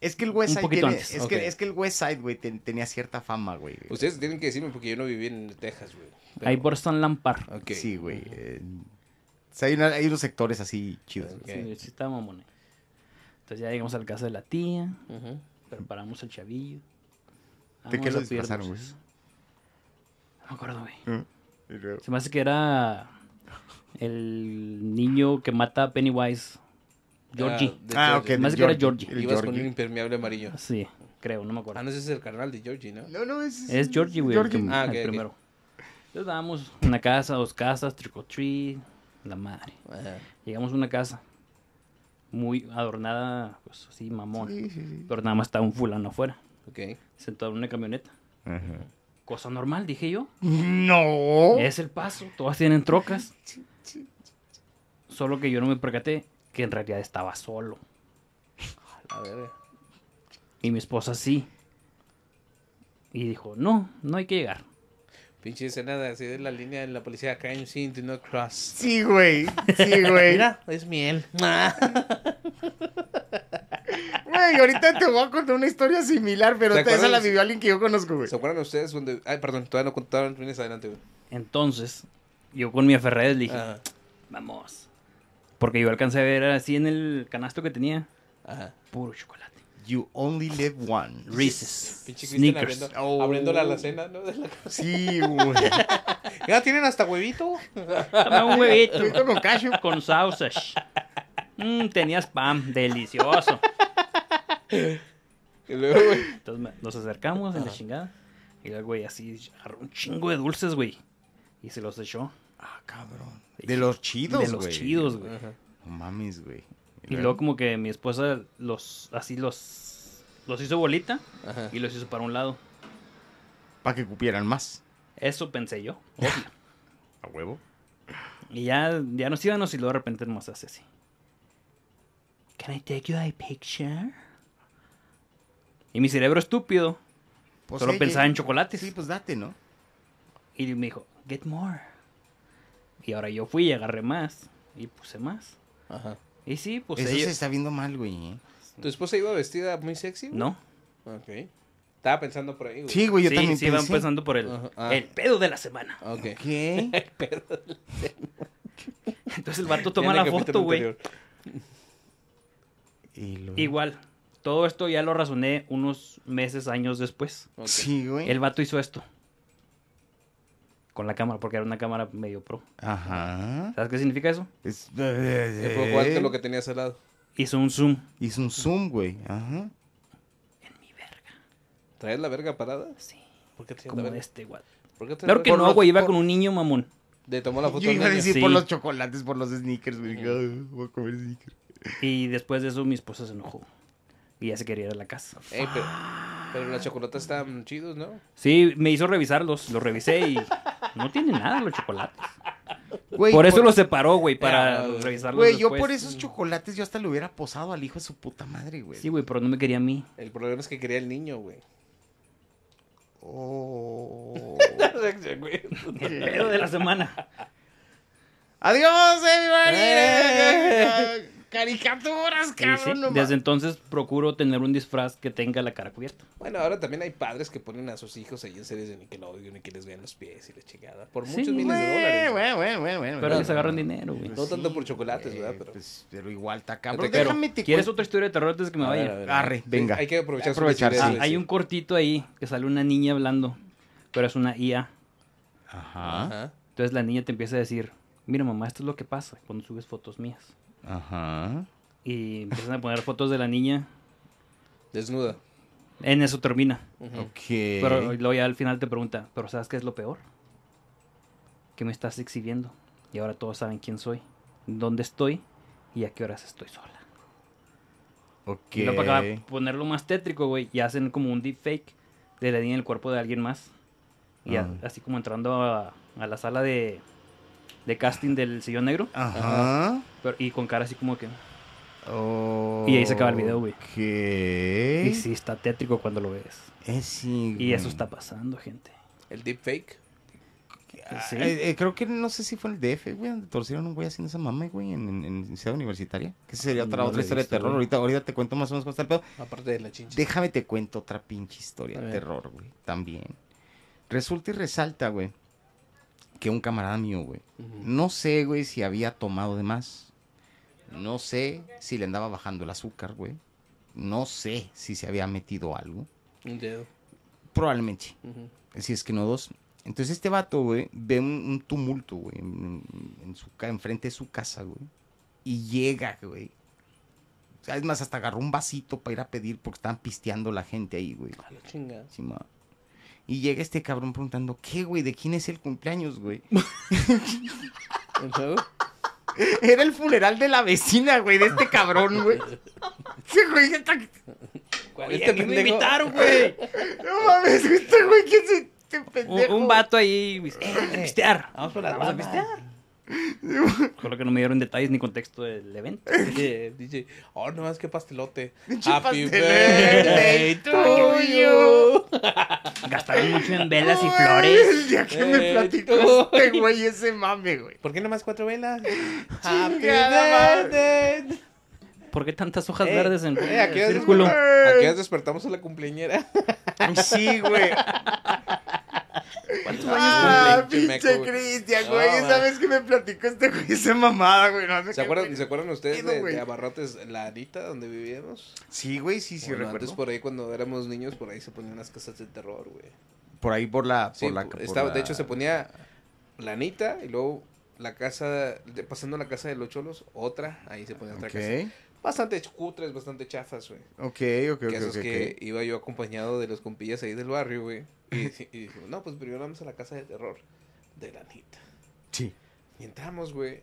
Speaker 3: Es que el West
Speaker 4: Un
Speaker 3: Side
Speaker 4: poquito
Speaker 3: tiene-
Speaker 4: antes.
Speaker 3: es,
Speaker 1: Ok.
Speaker 3: que, es que el West Side, güey, ten- tenía cierta fama, güey.
Speaker 1: Ustedes tienen que decirme porque yo no viví en Texas, güey. Pero-
Speaker 4: Ahí por San Lampar.
Speaker 1: Ok.
Speaker 3: Sí, güey. eh, o sea, hay, una- hay unos sectores así chidos.
Speaker 1: Ok.
Speaker 4: Sí, sí estaba mamón ahí. Entonces ya llegamos a la casa de la tía,
Speaker 1: Ujú.
Speaker 4: preparamos el chavillo.
Speaker 3: ¿De qué
Speaker 4: Vamos
Speaker 3: lo
Speaker 4: a pedir
Speaker 3: disfrazaron,
Speaker 4: dulces. No me acuerdo, güey.
Speaker 3: Y luego-
Speaker 4: Se me hace que era el niño que mata a Pennywise, Georgie.
Speaker 1: de
Speaker 3: Ah,
Speaker 1: Georgie.
Speaker 3: ok,
Speaker 4: Más
Speaker 3: del
Speaker 4: que era
Speaker 3: Georgie.
Speaker 4: Georgie.
Speaker 3: El
Speaker 1: Ibas con
Speaker 3: Georgie.
Speaker 1: un impermeable amarillo.
Speaker 4: Sí, creo, no me acuerdo.
Speaker 1: Ah, no, ese es el carnal de Georgie, ¿no?
Speaker 3: No, no, es...
Speaker 4: Es Georgie, güey, el, que-
Speaker 1: Ah,
Speaker 4: el
Speaker 1: ok, ok.
Speaker 4: primero. Entonces dábamos una casa, dos casas, trick or treat, la madre.
Speaker 1: Ajá.
Speaker 4: Llegamos a una casa muy adornada, pues así, mamón.
Speaker 3: Sí, sí, sí.
Speaker 4: Pero nada más estaba un fulano afuera,
Speaker 1: Ok.
Speaker 4: sentado en una camioneta. Cosa normal, dije yo.
Speaker 3: No.
Speaker 4: Es el paso, todas tienen trocas. Solo que yo no me percaté que en realidad estaba solo.
Speaker 1: A ver.
Speaker 4: Y mi esposa sí. Y dijo, no, no hay que llegar.
Speaker 1: Pinche escena de así de la línea de la policía. Crime scene, do not cross.
Speaker 3: Sí, güey. Sí, güey.
Speaker 1: es miel.
Speaker 3: Güey, ahorita te voy a contar una historia similar, pero
Speaker 1: ¿Te
Speaker 3: esta- esa
Speaker 1: acuerdas?
Speaker 3: la vivió alguien que yo conozco, güey.
Speaker 1: ¿Se acuerdan ustedes donde... Ay, perdón, todavía no contaron. Vienes adelante, güey.
Speaker 4: Entonces, yo con mi aferrada le dije,
Speaker 1: Ajá.
Speaker 4: Vamos. Porque yo alcancé a ver así en el canasto que tenía.
Speaker 1: Ajá.
Speaker 4: Puro chocolate.
Speaker 3: You only live once.
Speaker 4: Reese's.
Speaker 1: Pinche Cristian abriendo,
Speaker 4: Snickers.
Speaker 3: Oh.
Speaker 1: abriendo la alacena, ¿no? De la-
Speaker 3: Sí,
Speaker 4: [laughs]
Speaker 3: güey.
Speaker 1: Ya tienen hasta huevito.
Speaker 4: Dame un
Speaker 3: Huevito [laughs]
Speaker 4: huevito.
Speaker 3: con cashew.
Speaker 4: con sausage. Mm, tenía spam. Delicioso.
Speaker 1: Y luego, güey.
Speaker 4: Entonces me- nos acercamos en la chingada. Y el güey así agarró un chingo de dulces, güey. Y se los echó.
Speaker 3: Ah, cabrón. De los chidos, güey.
Speaker 4: de los chidos, güey.
Speaker 3: No mames, güey.
Speaker 4: Y luego como que mi esposa los así los los hizo bolita
Speaker 1: Ajá.
Speaker 4: y los hizo para un lado.
Speaker 3: Para que cupieran más.
Speaker 4: Eso pensé yo.
Speaker 3: A huevo.
Speaker 4: Y ya, ya nos íbamos y luego de repente nos hace así. Can I take you a picture? Y mi cerebro estúpido
Speaker 3: Pues,
Speaker 4: solo
Speaker 3: eh,
Speaker 4: pensaba
Speaker 3: eh,
Speaker 4: en chocolates.
Speaker 3: Sí, pues date, ¿no?
Speaker 4: Y me dijo, get more. Y ahora yo fui y agarré más. Y puse más.
Speaker 1: Ajá.
Speaker 4: Y sí, pues
Speaker 3: Eso
Speaker 4: ellos...
Speaker 3: se está viendo mal, güey. ¿eh?
Speaker 1: ¿Tu esposa iba vestida muy sexy? güey?
Speaker 4: No.
Speaker 1: Ok. Estaba pensando por ahí, güey.
Speaker 3: Sí, güey, yo
Speaker 4: sí,
Speaker 3: también
Speaker 4: sí, van
Speaker 3: pensé.
Speaker 4: pensando por el,
Speaker 1: Ajá, ah.
Speaker 4: el pedo de la semana. [laughs]
Speaker 1: Ok.
Speaker 3: ¿Qué?
Speaker 4: Entonces el vato toma
Speaker 1: Ya en
Speaker 4: la
Speaker 1: el
Speaker 4: foto,
Speaker 1: capítulo
Speaker 4: güey.
Speaker 1: anterior.
Speaker 3: Y luego-
Speaker 4: Igual. Todo esto ya lo razoné unos meses, años después.
Speaker 1: Ok.
Speaker 3: Sí, güey.
Speaker 4: El vato hizo esto. Con la cámara, porque era una cámara medio pro.
Speaker 3: Ajá.
Speaker 4: ¿Sabes qué significa eso?
Speaker 3: Es... eh,
Speaker 1: Que fue jugar con lo que tenías al lado.
Speaker 4: hizo un zoom
Speaker 3: Hizo un zoom, güey. Ajá.
Speaker 4: en mi verga.
Speaker 1: ¿Traes la verga parada?
Speaker 4: Sí,
Speaker 1: ¿Por qué traes
Speaker 4: como
Speaker 1: la
Speaker 4: de
Speaker 1: verga?
Speaker 4: este, güey.
Speaker 1: ¿Por qué traes
Speaker 4: Claro
Speaker 1: la
Speaker 4: que
Speaker 1: verga?
Speaker 4: no,
Speaker 1: Por
Speaker 4: güey, iba
Speaker 1: los-
Speaker 4: con un niño mamón.
Speaker 1: Le tomó la foto
Speaker 3: Yo
Speaker 1: al
Speaker 3: iba a
Speaker 1: niño.
Speaker 3: decir
Speaker 4: Sí.
Speaker 3: por los chocolates, por los sneakers, güey. Ay, Voy a comer sneakers.
Speaker 4: Y después de eso mi esposa se enojó. Y ya se quería ir a la casa.
Speaker 1: Ey, pero, pero los chocolates están chidos, ¿no?
Speaker 4: Sí, me hizo revisarlos, los revisé y [laughs] no tiene nada los chocolates.
Speaker 3: Güey,
Speaker 4: por eso los separó, güey, para
Speaker 1: Ah, güey.
Speaker 4: revisarlos
Speaker 3: Güey, yo
Speaker 4: después. mm.
Speaker 3: por esos chocolates yo hasta le hubiera posado al hijo de su puta madre, güey.
Speaker 4: Sí, güey, pero no me quería a mí.
Speaker 1: El problema es que quería el niño, güey.
Speaker 3: Oh. [laughs]
Speaker 4: El pedo de la semana.
Speaker 3: Adiós, everybody.
Speaker 1: Eh.
Speaker 3: Caricaturas,
Speaker 4: Y
Speaker 3: cabrón.
Speaker 4: sí,
Speaker 3: no
Speaker 4: desde
Speaker 3: mames.
Speaker 4: entonces procuro tener un disfraz que tenga la cara cubierta.
Speaker 1: Bueno, ahora también hay padres que ponen a sus hijos ahí en series de Nickelodeon y que les vean los pies y la chingada. Por
Speaker 4: Sí,
Speaker 1: muchos miles de
Speaker 3: Güey,
Speaker 1: dólares. güey.
Speaker 3: güey, güey, güey, güey,
Speaker 4: Pero
Speaker 3: güey.
Speaker 4: ellos agarran dinero, güey.
Speaker 3: Pues
Speaker 1: No
Speaker 3: sí,
Speaker 1: tanto por chocolates,
Speaker 3: güey,
Speaker 1: ¿verdad? Pero-
Speaker 3: pues, pero igual está
Speaker 1: Pero
Speaker 3: cabrón.
Speaker 1: te-
Speaker 3: Déjame te
Speaker 4: ¿Quieres
Speaker 3: cuento.
Speaker 4: otra historia de terror antes que me
Speaker 1: A ver,
Speaker 4: vaya?
Speaker 1: a
Speaker 4: Ah,
Speaker 1: ver, a ver.
Speaker 3: Arre, venga.
Speaker 1: Sí, hay que aprovechar sus
Speaker 3: Aprovechar,
Speaker 1: posibilidades,
Speaker 3: sí.
Speaker 1: güey,
Speaker 4: Hay
Speaker 1: sí.
Speaker 4: un cortito ahí que sale una niña hablando, pero es una IA.
Speaker 3: Ajá,
Speaker 1: Ajá.
Speaker 4: Entonces la niña te empieza a decir, mira mamá, esto es lo que pasa cuando subes fotos mías.
Speaker 3: ajá.
Speaker 4: Y empiezan a poner fotos de la niña.
Speaker 1: Desnuda.
Speaker 4: En eso termina.
Speaker 3: Ok.
Speaker 4: Pero luego ya al final te pregunta, ¿pero sabes qué es lo peor? Que me estás exhibiendo. Y ahora todos saben quién soy, dónde estoy y a qué horas estoy sola.
Speaker 3: ok.
Speaker 4: Y luego para ponerlo más tétrico, güey, y hacen como un deepfake de la niña en el cuerpo de alguien más. Y a-
Speaker 3: Ah.
Speaker 4: así como entrando a, a la sala de, de casting del sillón negro.
Speaker 3: Ah. Ajá.
Speaker 4: pero- y con cara así como que...
Speaker 3: Y
Speaker 4: ahí se acaba el video, güey.
Speaker 3: ¿Qué?
Speaker 4: Y sí, está tétrico cuando lo ves. Y
Speaker 3: Mm.
Speaker 4: eso está pasando, gente.
Speaker 1: El deepfake.
Speaker 4: Sí.
Speaker 3: Eh, eh, creo que no sé si fue en el DF, güey, donde torcieron a un güey haciendo esa mame, güey, en, en, en Ciudad Universitaria. Que esa sería otra,
Speaker 4: Ah, No
Speaker 3: otra
Speaker 4: la he
Speaker 3: historia
Speaker 4: visto,
Speaker 3: de terror.
Speaker 4: güey.
Speaker 3: Ahorita, ahorita te cuento más o menos cómo está el pedo.
Speaker 1: Aparte de la chincha.
Speaker 3: Déjame te cuento otra pinche historia
Speaker 1: A
Speaker 3: de
Speaker 1: ver.
Speaker 3: terror, güey. También. Resulta y resalta, güey, que un camarada mío, güey,
Speaker 1: Ujú.
Speaker 3: no sé, güey, si había tomado de más. No sé si le andaba bajando el azúcar, güey. No sé si se había metido algo.
Speaker 1: Un dedo.
Speaker 3: Probablemente. sí.
Speaker 1: Ujú.
Speaker 3: Si es que no dos. Entonces este vato, güey, ve un, un tumulto, güey, en, en- en su, ca- enfrente de su casa, güey. Y llega, güey. O sea, es más, hasta agarró un vasito para ir a pedir porque estaban pisteando la gente ahí, güey.
Speaker 1: A la chinga.
Speaker 3: Sí, ma. Y llega este cabrón preguntando, ¿qué, güey? ¿De quién es el cumpleaños, güey? [laughs]
Speaker 1: ¿En serio?
Speaker 3: Era el funeral de la vecina, güey, de este cabrón, güey. Sí, güey, ya está-
Speaker 4: Oye,
Speaker 1: Este
Speaker 4: a mí me
Speaker 1: pendejo-
Speaker 4: invitaron, güey.
Speaker 3: No mames, güey, este güey, ¿quién se... Este
Speaker 4: Un,
Speaker 3: pendejo.
Speaker 4: un vato ahí, güey, eh, pistear.
Speaker 1: Vamos por
Speaker 3: Ah,
Speaker 1: las
Speaker 4: Vamos a
Speaker 1: bandas.
Speaker 4: pistear. Solo que no me dieron detalles ni contexto del evento.
Speaker 1: Oye, DJ, oh no, es que pastelote.
Speaker 3: [laughs] Pinche pastelete to you.
Speaker 4: Gastaron mucho en velas y
Speaker 3: Güey, [laughs]
Speaker 4: flores.
Speaker 3: El día que me
Speaker 1: Eh,
Speaker 3: platicó
Speaker 1: tú.
Speaker 3: este güey ese mame, güey.
Speaker 1: ¿Por qué nomás cuatro [laughs] velas?
Speaker 3: Chingada
Speaker 1: birthday.
Speaker 4: ¿Por qué tantas hojas
Speaker 1: Eh,
Speaker 4: verdes en
Speaker 1: eh, aquí
Speaker 4: el
Speaker 1: es-
Speaker 4: círculo?
Speaker 1: ¿A qué hora despertamos a la [laughs] cumpleañera?
Speaker 3: Sí, [laughs] güey.
Speaker 4: ¿Cuántos años
Speaker 3: Ah,
Speaker 4: cumple?
Speaker 1: pinche
Speaker 3: pinche
Speaker 1: meco, güey.
Speaker 3: Cristian,
Speaker 1: No,
Speaker 3: güey.
Speaker 1: va.
Speaker 3: Esa vez que me platicó este güey esa mamada, güey. No,
Speaker 1: ¿Se acuerdan, ¿Se acuerdan ustedes
Speaker 3: pedo,
Speaker 1: de,
Speaker 3: güey.
Speaker 1: de Abarrotes, la Anita, donde vivíamos?
Speaker 3: Sí, güey, sí, sí,
Speaker 1: Bueno,
Speaker 3: recuerdo.
Speaker 1: antes por ahí, cuando éramos niños, por ahí se ponían las casas de terror, güey.
Speaker 3: Por ahí, por la...
Speaker 1: Sí,
Speaker 3: por la-
Speaker 1: pu-
Speaker 3: por
Speaker 1: estaba-
Speaker 3: la-
Speaker 1: de hecho se ponía la Anita y luego la casa, de- pasando la casa de los cholos, otra, ahí se ponía otra casa.
Speaker 3: Ok,
Speaker 1: Bastante ch- cutres, bastante chafas, güey.
Speaker 3: ok, ok, ok,
Speaker 1: que eso es
Speaker 3: ok,
Speaker 1: que iba yo acompañado de los compillas ahí del barrio, güey. Y, dij- y dijimos, no, pues primero vamos a la casa de terror de la Anita.
Speaker 3: ok. Sí.
Speaker 1: Y entramos, güey.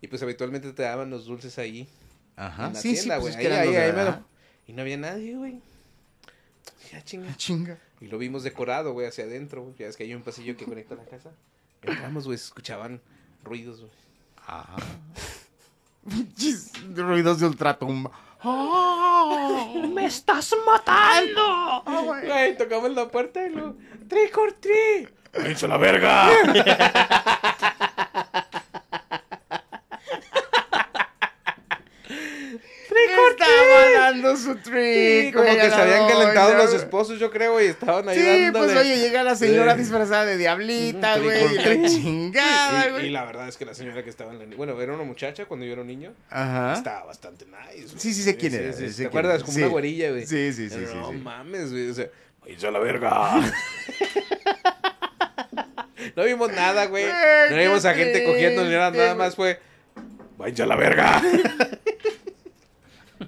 Speaker 1: Y pues habitualmente te daban los dulces ahí.
Speaker 3: Ajá.
Speaker 1: en la
Speaker 3: Sí, sí,
Speaker 1: tienda, güey.
Speaker 3: pues es
Speaker 1: ahí,
Speaker 3: que eran
Speaker 1: ahí,
Speaker 3: los de
Speaker 1: ahí
Speaker 3: la-
Speaker 1: me lo- Y no había nadie, güey. Ya chinga.
Speaker 3: Ah, Chinga.
Speaker 1: Y lo vimos decorado, güey, hacia adentro, güey. Ya es que hay un pasillo que conecta a la casa. Entramos, güey, se escuchaban ruidos, güey.
Speaker 3: Ajá. [laughs] Pinches ruidos de [laughs] ultratumba. ¡Oh!
Speaker 4: ¡Me estás matando!
Speaker 3: Ah, güey.
Speaker 1: Güey, tocamos la puerta y lo... ¡Trick or treat!
Speaker 3: ¡Hecho la verga! Estaban dando su trick.
Speaker 1: Sí, como
Speaker 3: güey, a
Speaker 1: que
Speaker 3: la
Speaker 1: se habían
Speaker 3: doña,
Speaker 1: calentado los
Speaker 3: güey.
Speaker 1: esposos, yo creo, y estaban ahí
Speaker 3: Sí,
Speaker 1: dándole.
Speaker 3: pues oye, llega la señora
Speaker 1: Sí.
Speaker 3: disfrazada de diablita,
Speaker 1: Ujú,
Speaker 3: güey. Y
Speaker 1: trick or
Speaker 3: la
Speaker 1: treat.
Speaker 3: chingada,
Speaker 1: Y- y,
Speaker 3: güey.
Speaker 1: la verdad es que la señora que estaba en la... ni- Bueno, era una muchacha cuando yo era un niño.
Speaker 3: Ajá.
Speaker 1: Estaba bastante nice. güey.
Speaker 3: ¿Ah? Sí, sí sé quién era, sí sé
Speaker 1: ¿Te
Speaker 3: quién
Speaker 1: acuerdas?
Speaker 3: era.
Speaker 1: Como
Speaker 3: Sí.
Speaker 1: una güerilla, güey.
Speaker 3: Sí, sí, sí,
Speaker 1: Pero
Speaker 3: sí,
Speaker 1: No
Speaker 3: sí.
Speaker 1: mames, güey. O sea, hizo la verga. [laughs] no vimos nada, güey.
Speaker 3: Güey,
Speaker 1: No vimos a
Speaker 3: qué
Speaker 1: gente cogiendo ni nada.
Speaker 3: triste,
Speaker 1: Nada más fue.
Speaker 5: ¡Váyanse a la verga!
Speaker 1: [laughs]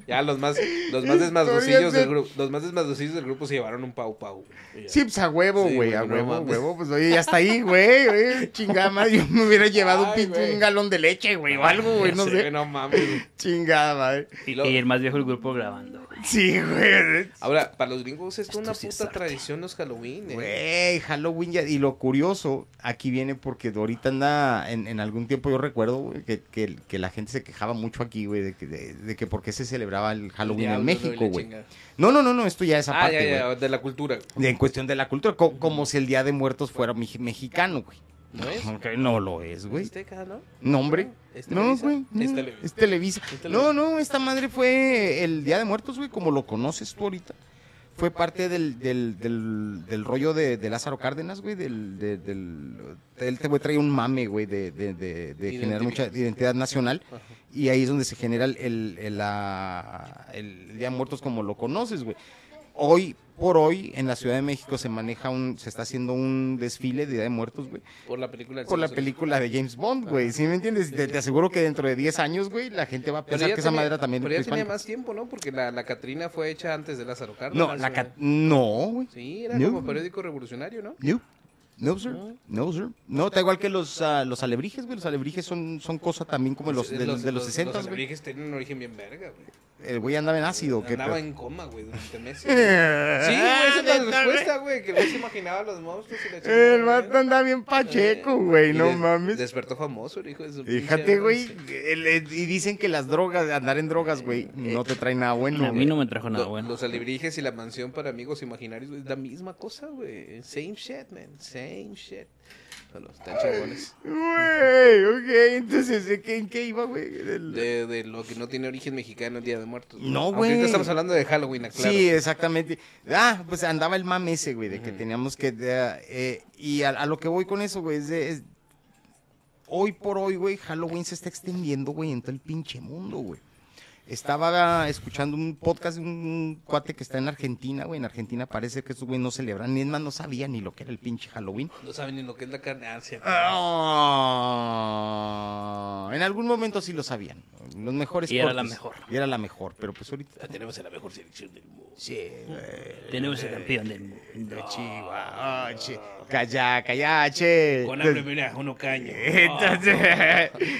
Speaker 1: Ya los más, los más desmadrocillos
Speaker 3: Historias de-
Speaker 1: del grupo, los más desmadrocillos del grupo se llevaron un pau pau. Y ya.
Speaker 3: Sí, pues a huevo,
Speaker 1: Sí,
Speaker 3: güey,
Speaker 1: güey,
Speaker 3: a
Speaker 1: no
Speaker 3: huevo, a
Speaker 1: mames.
Speaker 3: huevo, pues oye, ya está ahí, güey, güey, chingada madre, yo me hubiera llevado un,
Speaker 1: Ay,
Speaker 3: pinche-
Speaker 1: güey.
Speaker 3: un galón de leche, güey, o algo,
Speaker 1: [laughs]
Speaker 3: güey,
Speaker 1: Ya
Speaker 3: no
Speaker 1: güey,
Speaker 3: sé,
Speaker 1: No mames.
Speaker 3: chingada madre.
Speaker 1: Y
Speaker 4: Y
Speaker 1: luego-
Speaker 4: el más viejo del grupo grabando. güey.
Speaker 3: Sí, güey,
Speaker 1: ahora, para los gringos esto es una
Speaker 4: Esto sí es
Speaker 1: puta
Speaker 4: arte.
Speaker 1: tradición los Halloween. eh.
Speaker 3: Güey, Halloween ya. Y lo curioso, aquí viene porque ahorita anda. En, en algún tiempo yo recuerdo güey, que, que- que la gente se quejaba mucho aquí, güey, de que, de, de que por qué se celebraba el
Speaker 1: El
Speaker 3: Halloween
Speaker 1: diablo,
Speaker 3: en México,
Speaker 1: la
Speaker 3: güey.
Speaker 1: chingada.
Speaker 3: No, no, no, no, esto ya es
Speaker 1: Ah,
Speaker 3: aparte,
Speaker 1: ya,
Speaker 3: güey.
Speaker 1: ya, de la cultura.
Speaker 3: De- En cuestión de la cultura, co- como si el Día de Muertos fuera mi- mexicano, güey.
Speaker 1: ¿No es?
Speaker 3: Ok, no lo es, güey.
Speaker 1: Azteca, ¿no?
Speaker 3: No, hombre.
Speaker 1: ¿Es
Speaker 3: No,
Speaker 1: Televisa?
Speaker 3: güey. no,
Speaker 1: Es Televisa.
Speaker 3: Es Televisa.
Speaker 1: Es
Speaker 3: No,
Speaker 1: Televisa.
Speaker 3: no, esta madre fue el Día de Muertos, güey, como lo conoces tú ahorita. Fue parte del, del, del, del rollo de, de Lázaro Cárdenas, güey, del, de- del, él te güey, trae un mame, güey, de, de, de, de generar mucha identidad nacional
Speaker 1: Ajá.
Speaker 3: y ahí es donde se genera el, el, el, la- el Día de Muertos como lo conoces, güey. Hoy por hoy en la Ciudad de México se maneja un, se está haciendo un desfile de Día de Muertos, güey,
Speaker 1: Por la película. del
Speaker 3: por la
Speaker 1: Simpson.
Speaker 3: película de James Bond, güey. ¿Sí me entiendes? Te, te aseguro que dentro de 10 años, güey, la gente va a
Speaker 1: Pero
Speaker 3: pensar
Speaker 1: ya
Speaker 3: que esa
Speaker 1: tenía-
Speaker 3: madera también
Speaker 1: Pero ya
Speaker 3: es
Speaker 1: tenía
Speaker 3: prehispánica.
Speaker 1: más tiempo, ¿no? Porque la, la Catrina fue hecha antes de Lázaro Cárdenas.
Speaker 3: No, la
Speaker 1: güey.
Speaker 3: cat... No, güey.
Speaker 1: Sí, era
Speaker 3: No.
Speaker 1: como periódico revolucionario, ¿no?
Speaker 3: No. No, sir. No, sir. No, está igual que los, ah, los alebrijes, güey. Los alebrijes son, son cosa también como los, de, los, de los 60,
Speaker 1: Eh, Los
Speaker 3: güey.
Speaker 1: alebrijes tenían un origen bien verga, güey.
Speaker 3: El güey andaba en ácido, ¿qué
Speaker 1: Andaba
Speaker 3: [laughs] pedo?
Speaker 1: en coma, güey, durante
Speaker 3: [laughs]
Speaker 1: meses.
Speaker 3: Sí,
Speaker 1: güey. Sí, güey, esa es la respuesta, güey, que el güey se imaginaba a los monstruos y la chingada,
Speaker 3: El vato
Speaker 1: güey.
Speaker 3: anda bien pacheco, güey,
Speaker 1: Eh, Y
Speaker 3: no
Speaker 1: des-
Speaker 3: mames.
Speaker 1: Despertó famoso, el hijo de su pinche
Speaker 3: Fíjate,
Speaker 1: madre.
Speaker 3: güey. el- el- Y dicen que las drogas, andar en drogas, güey, no te trae nada bueno.
Speaker 4: A mí
Speaker 3: güey.
Speaker 4: no me trajo nada
Speaker 1: Lo-
Speaker 4: bueno.
Speaker 1: Los alebrijes y la mansión para amigos imaginarios, güey, es la misma cosa, güey. Same shit, man. Same shit. Solo están chingones.
Speaker 3: Güey, ok, entonces, ¿de qué- ¿en qué iba, güey? Del-
Speaker 1: De, de lo que no tiene origen mexicano el Día de Muertos.
Speaker 3: No,
Speaker 1: Aunque
Speaker 3: güey.
Speaker 1: Ahorita estamos hablando de Halloween, claro.
Speaker 3: Sí, eh. exactamente. Ah, pues andaba el mame ese, güey, de que
Speaker 1: Ujú.
Speaker 3: teníamos que... de- eh, y a, a lo que voy con eso, güey, es, de- es- Hoy por hoy, güey, Halloween se está extendiendo, güey, en todo el pinche mundo, güey. Estaba escuchando un podcast de un cuate que está en Argentina, güey. En Argentina parece que estos güey no celebran, ni es más, no sabía ni lo que era el pinche Halloween.
Speaker 1: No saben ni lo que es la carne. Ah, sí,
Speaker 3: Ah, en algún momento sí lo sabían. Los mejores.
Speaker 4: Y era la
Speaker 3: cortes.
Speaker 4: mejor.
Speaker 3: Y era la mejor, pero pues ahorita.
Speaker 1: Tenemos a la mejor selección del mundo.
Speaker 4: Tenemos el campeón del mundo.
Speaker 3: Chihuahua, "Ah, che.
Speaker 4: Ah,
Speaker 3: Calla, calla, che.
Speaker 1: Con hambre me da uno caño.
Speaker 3: [laughs] Entonces,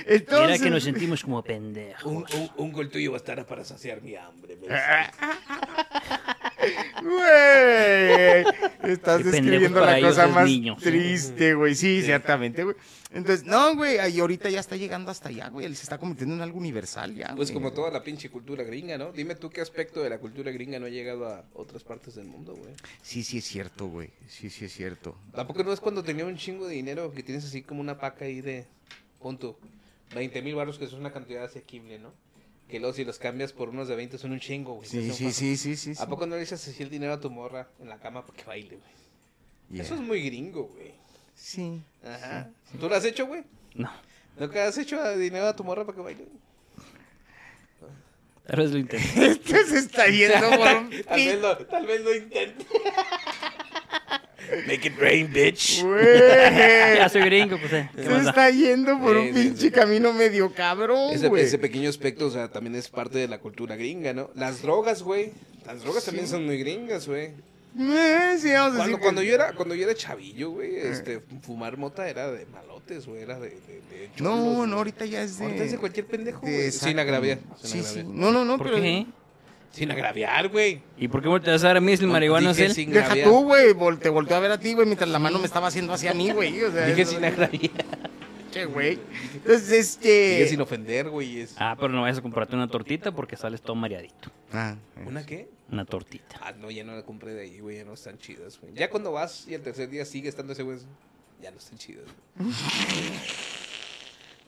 Speaker 3: entonces-
Speaker 4: Ah. Mira que nos sentimos como pendejos.
Speaker 1: Ah, Un, un, un gol tuyo bastará para saciar mi hambre. me dice.
Speaker 3: Güey, estás
Speaker 4: Qué pendejos
Speaker 3: describiendo la
Speaker 4: para ellos
Speaker 3: cosa
Speaker 4: es
Speaker 3: más
Speaker 4: niño.
Speaker 3: triste, güey. Sí, ciertamente, güey. Entonces, no, güey, ahí ahorita ya está llegando hasta allá, güey. Él se está convirtiendo en algo universal ya.
Speaker 1: Pues
Speaker 3: güey.
Speaker 1: como toda la pinche cultura gringa, ¿no? Dime tú qué aspecto de la cultura gringa no ha llegado a otras partes del mundo, güey.
Speaker 3: Sí, sí es cierto, güey. Sí, sí es cierto.
Speaker 1: Tampoco no es cuando tenía un chingo de dinero que tienes así como una paca ahí de. Punto. 20 mil baros, que es una cantidad asequible, ¿no? Que luego si los cambias por unos de 20 son un chingo, güey.
Speaker 3: Sí,
Speaker 1: Son
Speaker 3: sí,
Speaker 1: fa-
Speaker 3: sí, sí, sí. sí.
Speaker 1: ¿A poco no le echas así el dinero a tu morra en la cama para que baile, güey?
Speaker 3: Yeah.
Speaker 1: Eso es muy gringo, güey.
Speaker 3: Sí.
Speaker 1: Ajá. ¿Tú lo has hecho, güey?
Speaker 4: No.
Speaker 1: ¿Nunca has hecho dinero a tu morra para que baile?
Speaker 4: Tal vez lo intenté.
Speaker 3: Este se está
Speaker 1: [laughs]
Speaker 3: yendo por
Speaker 1: Tal
Speaker 3: un
Speaker 1: vez
Speaker 3: pin-
Speaker 1: lo, tal vez lo intente. Make it rain, bitch.
Speaker 3: Güey.
Speaker 4: Ya soy gringo, pues. eh, ¿Qué
Speaker 3: Se
Speaker 4: más da?
Speaker 3: está yendo por
Speaker 1: Sí,
Speaker 3: un
Speaker 1: sí,
Speaker 3: pinche
Speaker 1: sí.
Speaker 3: camino medio cabrón,
Speaker 1: Ese,
Speaker 3: güey.
Speaker 1: ese pequeño aspecto, o sea, también es parte de la cultura gringa, ¿no? Las drogas, güey. Las drogas también son muy gringas, güey.
Speaker 3: Eh, sí, vamos a
Speaker 1: Cuando,
Speaker 3: decir que-
Speaker 1: cuando yo era, cuando yo era chavillo, güey, este, fumar mota era de malotes, güey, era de, de, de cholos,
Speaker 3: No,
Speaker 1: güey.
Speaker 3: no, ahorita ya es de...
Speaker 1: Ahorita es de cualquier pendejo,
Speaker 3: de-
Speaker 1: güey. Sin
Speaker 3: exacto.
Speaker 1: agraviar. sin
Speaker 3: Sí, sí.
Speaker 1: agraviar.
Speaker 3: No, no, no,
Speaker 4: ¿Por
Speaker 3: pero...
Speaker 4: qué?
Speaker 1: Sin agraviar, güey.
Speaker 4: ¿Y por qué me te vas a dar a mí si el marihuana es
Speaker 1: Dije
Speaker 4: él?
Speaker 1: sin
Speaker 3: Deja
Speaker 1: agraviar.
Speaker 3: tú, güey, vol- te volteo a ver a ti, güey, mientras la mano me estaba haciendo hacia mí, güey. O sea,
Speaker 1: Dije
Speaker 3: eso-
Speaker 1: sin agraviar.
Speaker 3: [laughs] che, güey. Entonces,
Speaker 1: Dije
Speaker 3: este...
Speaker 1: sin ofender, güey. Es...
Speaker 4: Ah, pero no vayas a comprarte una tortita porque sales todo mareadito.
Speaker 3: Ah, eh.
Speaker 1: ¿Una qué?
Speaker 4: Una tortita.
Speaker 1: Ah, no, ya no la compré de ahí, güey. Ya no están chidas, güey. Ya cuando vas y el tercer día sigue estando ese güey, ya no están chidas,
Speaker 3: [laughs]
Speaker 1: güey.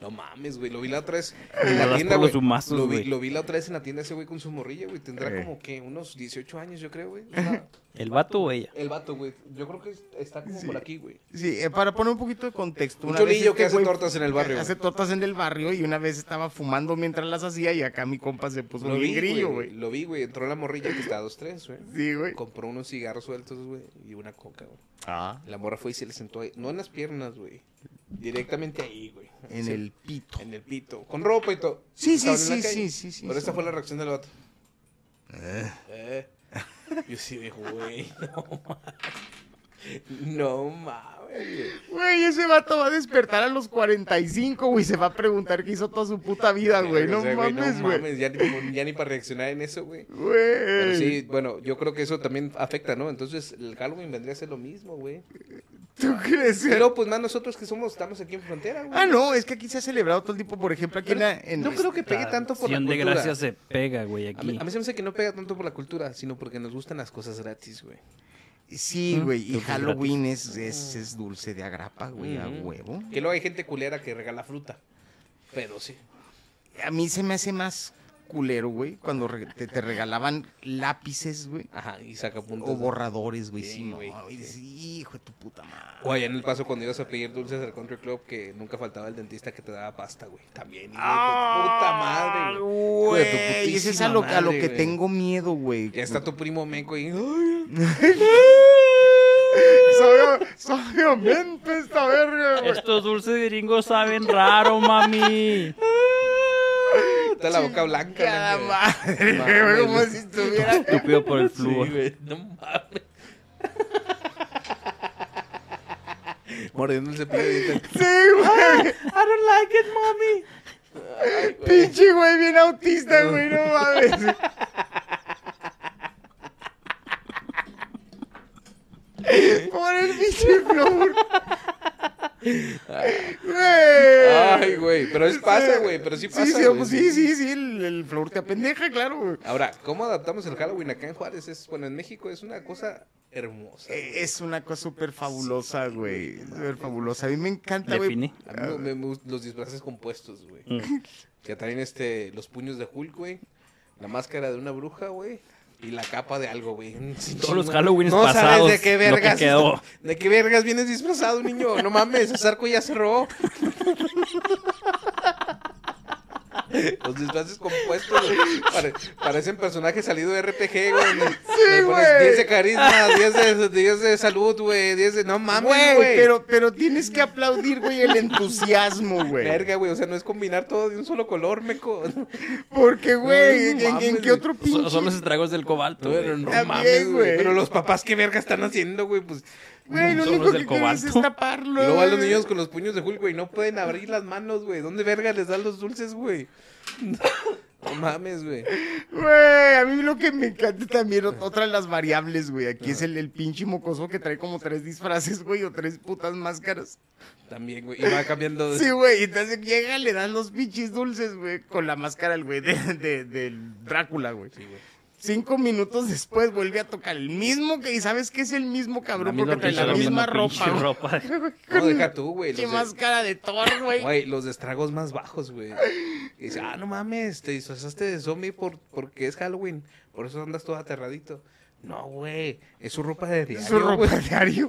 Speaker 1: No mames, güey. Lo vi la otra vez en
Speaker 4: Las
Speaker 1: la tienda,
Speaker 4: por
Speaker 1: güey.
Speaker 4: los humazos,
Speaker 1: Lo vi,
Speaker 4: güey.
Speaker 1: lo vi la otra vez en la tienda ese güey con su morrilla, güey. Tendrá
Speaker 3: Eh.
Speaker 1: como que unos 18 años, yo creo,
Speaker 3: [laughs]
Speaker 1: güey. O sea,
Speaker 4: ¿El vato o ella?
Speaker 1: el vato, güey. Yo creo que está como por aquí, güey.
Speaker 3: Sí, eh, para poner un poquito de contexto.
Speaker 1: Un
Speaker 3: una vez este
Speaker 1: cholillo que hace
Speaker 3: güey
Speaker 1: tortas en el barrio,
Speaker 3: Hace tortas en el barrio y una vez estaba fumando mientras las hacía y acá mi compa se puso
Speaker 1: Lo
Speaker 3: bien
Speaker 1: vi,
Speaker 3: Pues grillo,
Speaker 1: güey.
Speaker 3: güey.
Speaker 1: Lo vi, güey. Entró la morrilla que está a 2-3, güey.
Speaker 3: Sí, güey.
Speaker 1: Compró unos cigarros sueltos, güey. Y una coca, güey.
Speaker 3: Ah.
Speaker 1: La morra fue y se le sentó ahí. No en las piernas, güey. Directamente ahí, güey.
Speaker 3: En
Speaker 1: Sí.
Speaker 3: el pito.
Speaker 1: En el pito. Con ropa y todo.
Speaker 3: Sí,
Speaker 1: Estaban
Speaker 3: sí,
Speaker 1: en la
Speaker 3: sí,
Speaker 1: calle.
Speaker 3: sí, sí, sí,
Speaker 1: Pero esta
Speaker 3: sí.
Speaker 1: fue la reacción del vato. Eh. Yo sí de güey, no mames. [laughs] No mames. güey.
Speaker 3: Güey, ese vato va a despertar a los 45, güey. Se va a preguntar qué hizo toda su puta vida, güey. No
Speaker 1: O sea,
Speaker 3: mames, güey.
Speaker 1: mames, Ya, ni- ya ni para reaccionar en eso, güey. Pero
Speaker 3: Güey.
Speaker 1: sí, bueno, yo creo que eso también afecta, ¿no? Entonces, el Halloween vendría a ser lo mismo, güey.
Speaker 3: [laughs] ¿Tú crees?
Speaker 1: Pero pues más nosotros que somos, estamos aquí en frontera, güey.
Speaker 3: Ah, no, es que aquí se ha celebrado todo el tiempo, por ejemplo, aquí en la- en- este,
Speaker 1: No creo que pegue
Speaker 4: La
Speaker 1: tanto por la
Speaker 4: acción de
Speaker 1: cultura.
Speaker 4: gracia se pega, güey,
Speaker 1: A
Speaker 4: aquí.
Speaker 1: mí, a mí se me hace que no pega tanto por la cultura, sino porque nos gustan las cosas gratis, güey.
Speaker 3: Sí,
Speaker 4: Mm,
Speaker 3: güey, y
Speaker 4: creo que es
Speaker 3: Halloween es, es, es dulce de agrapa, güey, a
Speaker 1: Ujú.
Speaker 3: huevo.
Speaker 1: Que luego hay gente culera que regala fruta. Pero sí.
Speaker 3: A mí se me hace más culero, güey, cuando re- te, te regalaban lápices, güey,
Speaker 1: Ajá, y saca puntos.
Speaker 3: o borradores, güey,
Speaker 1: Sí,
Speaker 3: sí, no,
Speaker 1: güey,
Speaker 3: güey,
Speaker 1: sí.
Speaker 3: sí, hijo de tu puta madre.
Speaker 1: O allá en el paso cuando ibas a pedir dulces al country club que nunca faltaba el dentista que te daba pasta, güey. También. hijo de tu puta madre, güey. Hijo de tu
Speaker 3: Ah, Güey, ese es a
Speaker 1: putísima
Speaker 3: lo, a lo
Speaker 1: madre,
Speaker 3: que
Speaker 1: güey.
Speaker 3: tengo miedo, güey.
Speaker 1: Ya
Speaker 3: [laughs]
Speaker 1: está tu primo meco y... "Ay,
Speaker 3: Sabio- Sabiamente esta verga, güey.
Speaker 4: Estos dulces gringos saben raro, mami.
Speaker 1: Está la boca blanca.
Speaker 3: Cada
Speaker 1: güey".
Speaker 3: madre,
Speaker 1: Mames,
Speaker 3: güey, como
Speaker 1: güey.
Speaker 3: si [laughs] estuviera...
Speaker 4: Estúpido por el
Speaker 1: Sí,
Speaker 4: flúor.
Speaker 1: güey, no mames. Mordiendo el cepillo de dientes.
Speaker 3: Sí, güey.
Speaker 1: I don't like it, mommy.
Speaker 3: Pinche güey, bien autista, güey, no mames. Por el pinche flor.
Speaker 1: Ay,
Speaker 3: Güey.
Speaker 1: güey, pero es pasa, güey, pero sí pasa.
Speaker 3: Sí, sí,
Speaker 1: güey.
Speaker 3: pues, sí, sí, sí, el, el flor te apendeja, claro, güey.
Speaker 1: Ahora, ¿cómo adaptamos el Halloween acá en Juárez? Es, bueno, en México es una cosa hermosa.
Speaker 3: Eh, Es una cosa súper fabulosa, güey. Súper fabulosa. A mí me encanta, güey.
Speaker 4: Define.
Speaker 1: A mí no- me gustan los disfraces compuestos, güey.
Speaker 4: Mm.
Speaker 1: Que traen este, los puños de Hulk, güey. La máscara de una bruja, güey. Y la capa de algo, güey.
Speaker 4: Todos los Halloweens
Speaker 1: no
Speaker 4: pasados,
Speaker 1: sabes de qué
Speaker 4: lo que
Speaker 1: vergas.
Speaker 4: quedó.
Speaker 1: De qué vergas vienes disfrazado, niño. No mames, ese arco ya cerró. Los disfraces compuestos güey, pare- parecen personajes salidos de RPG, güey. Le- le pones
Speaker 3: güey.
Speaker 1: 10 de carisma, 10 de, 10 de salud, güey. 10 de. No mames,
Speaker 3: Güey,
Speaker 1: güey.
Speaker 3: pero, pero tienes que aplaudir, güey, el entusiasmo, güey.
Speaker 1: Verga, güey, o sea, no es combinar todo de un solo color, [laughs] meco.
Speaker 3: Porque, güey,
Speaker 1: No
Speaker 3: ¿en- ¿en,
Speaker 1: mames,
Speaker 3: qué
Speaker 1: güey.
Speaker 3: otro pinche?
Speaker 4: So- Son los estragos del cobalto. güey.
Speaker 1: no
Speaker 3: También,
Speaker 1: mames,
Speaker 3: güey.
Speaker 1: güey. Pero los papás, ¿qué verga están haciendo, güey? Pues.
Speaker 3: Güey, lo
Speaker 4: Son
Speaker 3: único
Speaker 4: los
Speaker 3: que
Speaker 4: del
Speaker 3: quieres es
Speaker 4: cobalto.
Speaker 1: Y
Speaker 3: taparlo.
Speaker 1: luego a los
Speaker 3: güey.
Speaker 1: niños con los puños de Hulk, güey, no pueden abrir las manos, güey. ¿Dónde verga les dan los dulces, güey? No mames, güey.
Speaker 3: Güey, a mí lo que me encanta también, ot- otra de las variables, güey. Aquí es el, el pinche mocoso que trae como tres disfraces, güey, o tres putas máscaras.
Speaker 1: También, güey. Y va cambiando de.
Speaker 3: Sí, güey, y entonces llega, le dan los pinches dulces, güey, con la máscara al güey de, de- del Drácula, güey.
Speaker 1: Sí, güey.
Speaker 3: Cinco minutos después vuelve a tocar el mismo que, y sabes que es el mismo
Speaker 4: La
Speaker 3: cabrón,
Speaker 4: misma
Speaker 3: porque trae la
Speaker 4: pinche-
Speaker 3: misma
Speaker 4: pinche
Speaker 3: ropa, güey.
Speaker 4: ropa.
Speaker 1: No, deja tú, güey.
Speaker 3: Pinche
Speaker 1: Los de,
Speaker 3: máscara de Thor, güey.
Speaker 1: güey, los de estragos más bajos, güey. Y dice, ah, no mames, te disfrazaste de zombie por, porque es Halloween. Por eso andas todo aterradito. No, güey. Es su ropa de diario.
Speaker 3: Su ropa
Speaker 1: güey.
Speaker 3: diario.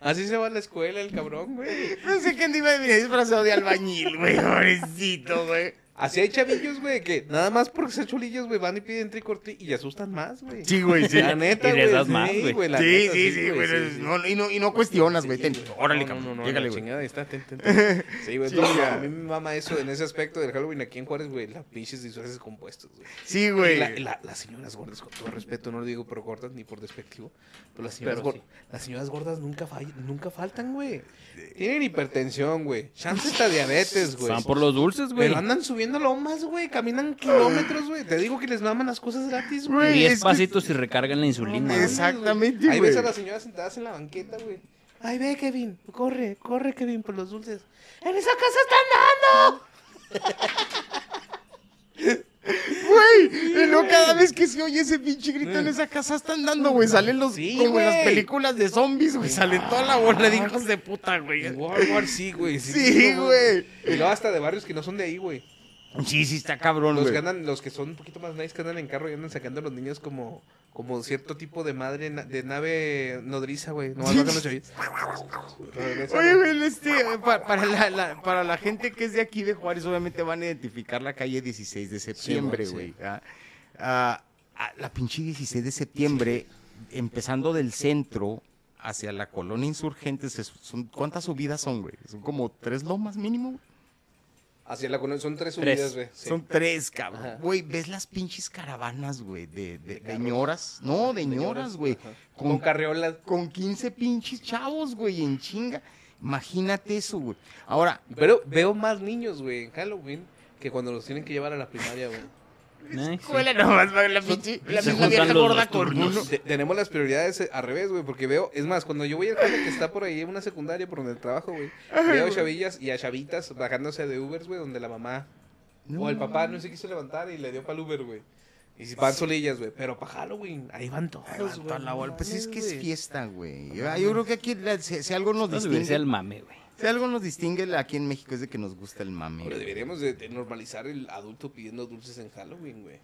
Speaker 1: Así se va a la escuela el cabrón, güey.
Speaker 3: Pensé que iba a venir disfrazado de albañil, güey, pobrecito, güey.
Speaker 1: Así hay chavillos, güey, que nada más por ser chulillos, güey, van y piden tricorte y asustan más, güey.
Speaker 3: Sí, güey, sí.
Speaker 1: La neta,
Speaker 4: Y les
Speaker 1: güey.
Speaker 4: das
Speaker 1: sí,
Speaker 4: más, güey.
Speaker 1: la
Speaker 3: sí,
Speaker 1: neta,
Speaker 3: sí, sí, güey.
Speaker 1: sí, sí.
Speaker 3: no, y, no, y no cuestionas, güey. ten, Órale,
Speaker 1: No,
Speaker 3: cabrón.
Speaker 1: no, no,
Speaker 3: llégale,
Speaker 1: la
Speaker 3: güey.
Speaker 1: chingada, ahí está, ten,
Speaker 3: [laughs]
Speaker 1: ten, ten. Sí, güey, entonces,
Speaker 3: Chinga.
Speaker 1: a mí me mama eso en ese aspecto del Halloween aquí en Juárez, güey, las pinches disfraces compuestos, güey.
Speaker 3: Sí,
Speaker 1: Y
Speaker 3: güey.
Speaker 1: la- la- las señoras gordas, con todo respeto, no lo digo por gordas ni por despectivo, pero las señoras,
Speaker 4: Pero
Speaker 1: gor-
Speaker 4: sí.
Speaker 1: las señoras gordas nunca, fall- nunca faltan, güey. Tienen hipertensión, güey. Chance está diabetes, güey.
Speaker 4: Van por los dulces, güey.
Speaker 1: Pero andan subiendo lomas, güey. Caminan kilómetros, güey. Te digo que les maman las cosas gratis, güey.
Speaker 3: Güey, es
Speaker 4: Diez
Speaker 3: que-
Speaker 4: pasitos y recargan la insulina. güey.
Speaker 3: Es- Exactamente,
Speaker 1: Ahí
Speaker 3: güey.
Speaker 1: ves a las señoras sentadas en la banqueta, güey. Ay, ve, Kevin. Corre, corre, Kevin, por los dulces. ¡En esa casa están dando!
Speaker 3: Güey, y luego cada vez que se oye ese pinche grito en esa casa están dando, güey. Salen
Speaker 1: Eh.
Speaker 3: los.
Speaker 1: Sí,
Speaker 3: como en las
Speaker 1: güey. Ah,
Speaker 3: películas de zombies, güey. Salen toda la bola de hijos de puta, güey.
Speaker 1: En World War sí, güey.
Speaker 3: Sí, güey.
Speaker 1: Y luego hasta de barrios que no son de ahí, güey.
Speaker 3: Sí, sí, está cabrón,
Speaker 1: Los que
Speaker 3: güey.
Speaker 1: andan, los que son un poquito más nice, que andan en carro y andan sacando a los niños como, como cierto tipo de madre na- de nave nodriza, güey. No, no, no, no,
Speaker 3: Oye, güey, este, eh, pa- para, la, la- para la gente que es de aquí de Juárez, obviamente van a identificar la calle 16 de septiembre,
Speaker 1: Sí,
Speaker 3: güey.
Speaker 1: güey,
Speaker 3: ah. Ah, ah, la pinche 16 de septiembre, empezando del centro hacia la colonia insurgentes, es- son, ¿cuántas subidas son, güey? Son como tres lomas mínimo.
Speaker 1: Hacia la cono- son tres
Speaker 4: Tres.
Speaker 1: subidas, güey. sí.
Speaker 3: Son tres, cabrón.
Speaker 1: Ajá.
Speaker 3: Güey, ¿ves las pinches caravanas, güey? De, de, de ñoras. No, de ñoras, güey.
Speaker 1: Ajá. Con,
Speaker 3: Con,
Speaker 1: carriolas.
Speaker 3: con 15 pinches chavos, güey, en chinga. Imagínate eso, güey. Ahora,
Speaker 1: Pero veo más niños, güey, en Halloween que cuando los tienen que llevar a la primaria, güey.
Speaker 4: Ay, sí.
Speaker 3: Huele nomás, va, la pinche, la
Speaker 4: se
Speaker 3: misma
Speaker 4: juntan
Speaker 3: vieja
Speaker 4: los
Speaker 3: gorda
Speaker 4: dos
Speaker 3: con
Speaker 4: turnos.
Speaker 3: uno.
Speaker 1: Te- tenemos las prioridades eh, al revés, güey, porque veo, es más, cuando yo voy al jale que está por ahí en una secundaria por donde trabajo, güey, veo chavillas y a chavitas bajándose de Ubers, güey, donde la mamá o el papá no se quiso levantar y le dio para el Uber, güey. Y si van solillas, güey, pero para Halloween, ahí van todos, güey.
Speaker 3: Toda la
Speaker 1: no
Speaker 3: bola. Pues es
Speaker 1: mames,
Speaker 3: que es
Speaker 1: güey.
Speaker 3: fiesta, güey. Ah, Yo yo creo que aquí, la- si, si algo nos
Speaker 4: No debería ser el
Speaker 3: distingue,
Speaker 4: mame, güey.
Speaker 3: si algo nos distingue la- aquí en México es de que nos gusta el mame.
Speaker 1: Pero
Speaker 3: güey.
Speaker 1: deberíamos de, de normalizar el adulto pidiendo dulces en Halloween, güey.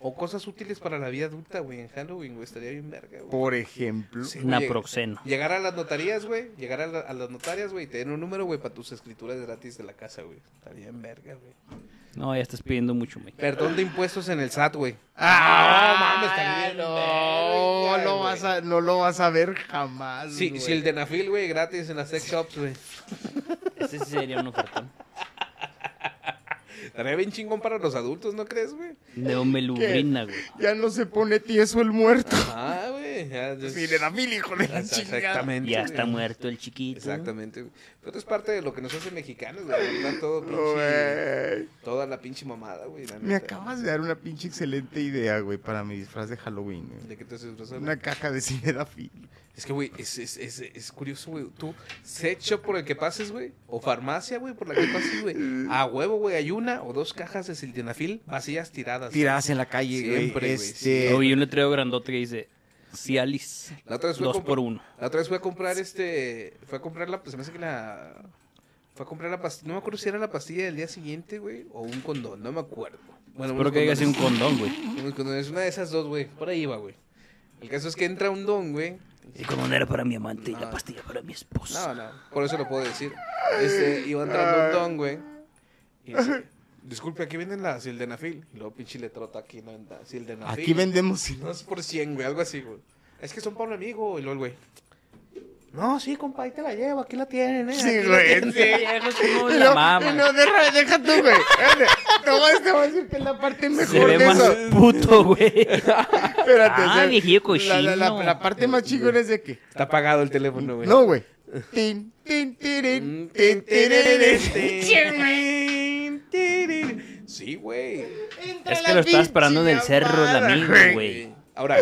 Speaker 1: O cosas útiles para la vida adulta, güey, en Halloween, güey, estaría bien verga, güey.
Speaker 3: Por ejemplo.
Speaker 1: Sí, güey,
Speaker 4: Naproxeno.
Speaker 1: Llegar a las notarías, güey. Llegar a, la- a las notarias, güey. y Tener un número, güey, para tus escrituras gratis de la casa, güey. Estaría en verga, güey.
Speaker 4: No, ya estás pidiendo mucho, güey.
Speaker 1: Perdón de impuestos en el SAT, güey.
Speaker 3: ¡Ah!
Speaker 1: No, mames, también,
Speaker 3: No,
Speaker 1: verga,
Speaker 3: no
Speaker 1: güey.
Speaker 3: vas a, no lo vas a ver jamás,
Speaker 1: Sí,
Speaker 3: güey.
Speaker 1: si el de Nafil, güey, gratis en las sex shops, güey.
Speaker 4: Ese sí sería un ofertón.
Speaker 1: Estaría bien chingón para los adultos, ¿no crees, güey?
Speaker 4: De omelubrina, güey.
Speaker 3: Ya no se pone tieso el muerto.
Speaker 1: Ah, güey. ya- ya-
Speaker 3: Sí,
Speaker 1: [laughs]
Speaker 3: le da mil, hijo de la
Speaker 1: Ex-
Speaker 3: chingada.
Speaker 1: Exactamente.
Speaker 4: Ya
Speaker 1: güey.
Speaker 4: está muerto el chiquito.
Speaker 1: Exactamente, güey. Pero es parte de lo que nos hace mexicanos, güey. la verdad, Todo pinche,
Speaker 3: Güey.
Speaker 1: toda la pinche mamada, güey. la
Speaker 3: Me
Speaker 1: neta.
Speaker 3: acabas de dar una pinche excelente idea, güey, para mi disfraz de Halloween. güey.
Speaker 1: ¿De qué te haces razón?
Speaker 3: Una caja de cine
Speaker 1: Es que, güey, es, es, es, es curioso, güey. Tú, set shop por el que pases, güey, o farmacia, güey, por la que pases,
Speaker 4: [laughs]
Speaker 1: güey. A huevo, güey, hay una o dos cajas de sildenafil vacías tiradas.
Speaker 3: Tiradas en la calle, güey.
Speaker 1: Siempre, güey,
Speaker 3: Este,
Speaker 4: Oye, un letrero grandote que dice Cialis.
Speaker 1: La otra vez fue
Speaker 4: Dos
Speaker 1: como-
Speaker 4: por uno.
Speaker 1: La otra vez fui a comprar este. Fue a comprar la. Se me hace que la. Fue a comprar la pastilla. No me acuerdo si era la pastilla del día siguiente, güey, o un condón, no me acuerdo. Bueno,
Speaker 4: Espero que haya sido un condón, güey.
Speaker 1: un condón. Es una de esas dos, güey. Por ahí va, güey. El caso es que entra un don, güey.
Speaker 4: El condón era para mi amante
Speaker 1: y la
Speaker 4: pastilla para mi esposa.
Speaker 1: No, no, por eso lo puedo decir. Este, iba entrando
Speaker 3: Ah.
Speaker 1: un don, güey. Y dice, disculpe, aquí venden la sildenafil. Y luego pinche le trota aquí, no venda sildenafil.
Speaker 3: aquí vendemos.
Speaker 1: No es por 100, güey, algo así, güey. Es que son para un amigo, y luego el güey. No, sí, compa, ahí te la llevo, aquí la tienen, eh.
Speaker 3: Sí,
Speaker 1: aquí la
Speaker 3: güey,
Speaker 1: tienen".
Speaker 3: sí. [laughs]
Speaker 4: No,
Speaker 3: Y
Speaker 4: la
Speaker 3: no,
Speaker 4: mama.
Speaker 3: y no, deja, deja tú, güey. Espérate, Te voy a- te voy a decir que es la parte
Speaker 4: Se
Speaker 3: mejor
Speaker 4: ve
Speaker 3: de
Speaker 4: más
Speaker 3: eso. [laughs]
Speaker 4: puto, güey.
Speaker 3: Espérate,
Speaker 4: Ah,
Speaker 3: la, la, la,
Speaker 4: viejillo cochino. Este
Speaker 3: la parte más chingona es de que.
Speaker 1: Está apagado el teléfono, güey.
Speaker 3: No, güey. Tin, tin, tirin, Mm, tin, tiririn, tin.
Speaker 1: Sí, güey.
Speaker 3: Entra
Speaker 4: Es
Speaker 3: la
Speaker 4: que lo estaba
Speaker 3: pinche
Speaker 4: esperando en el cerro, el
Speaker 3: llamada,
Speaker 4: amigo, güey.
Speaker 1: Sí. Ahora,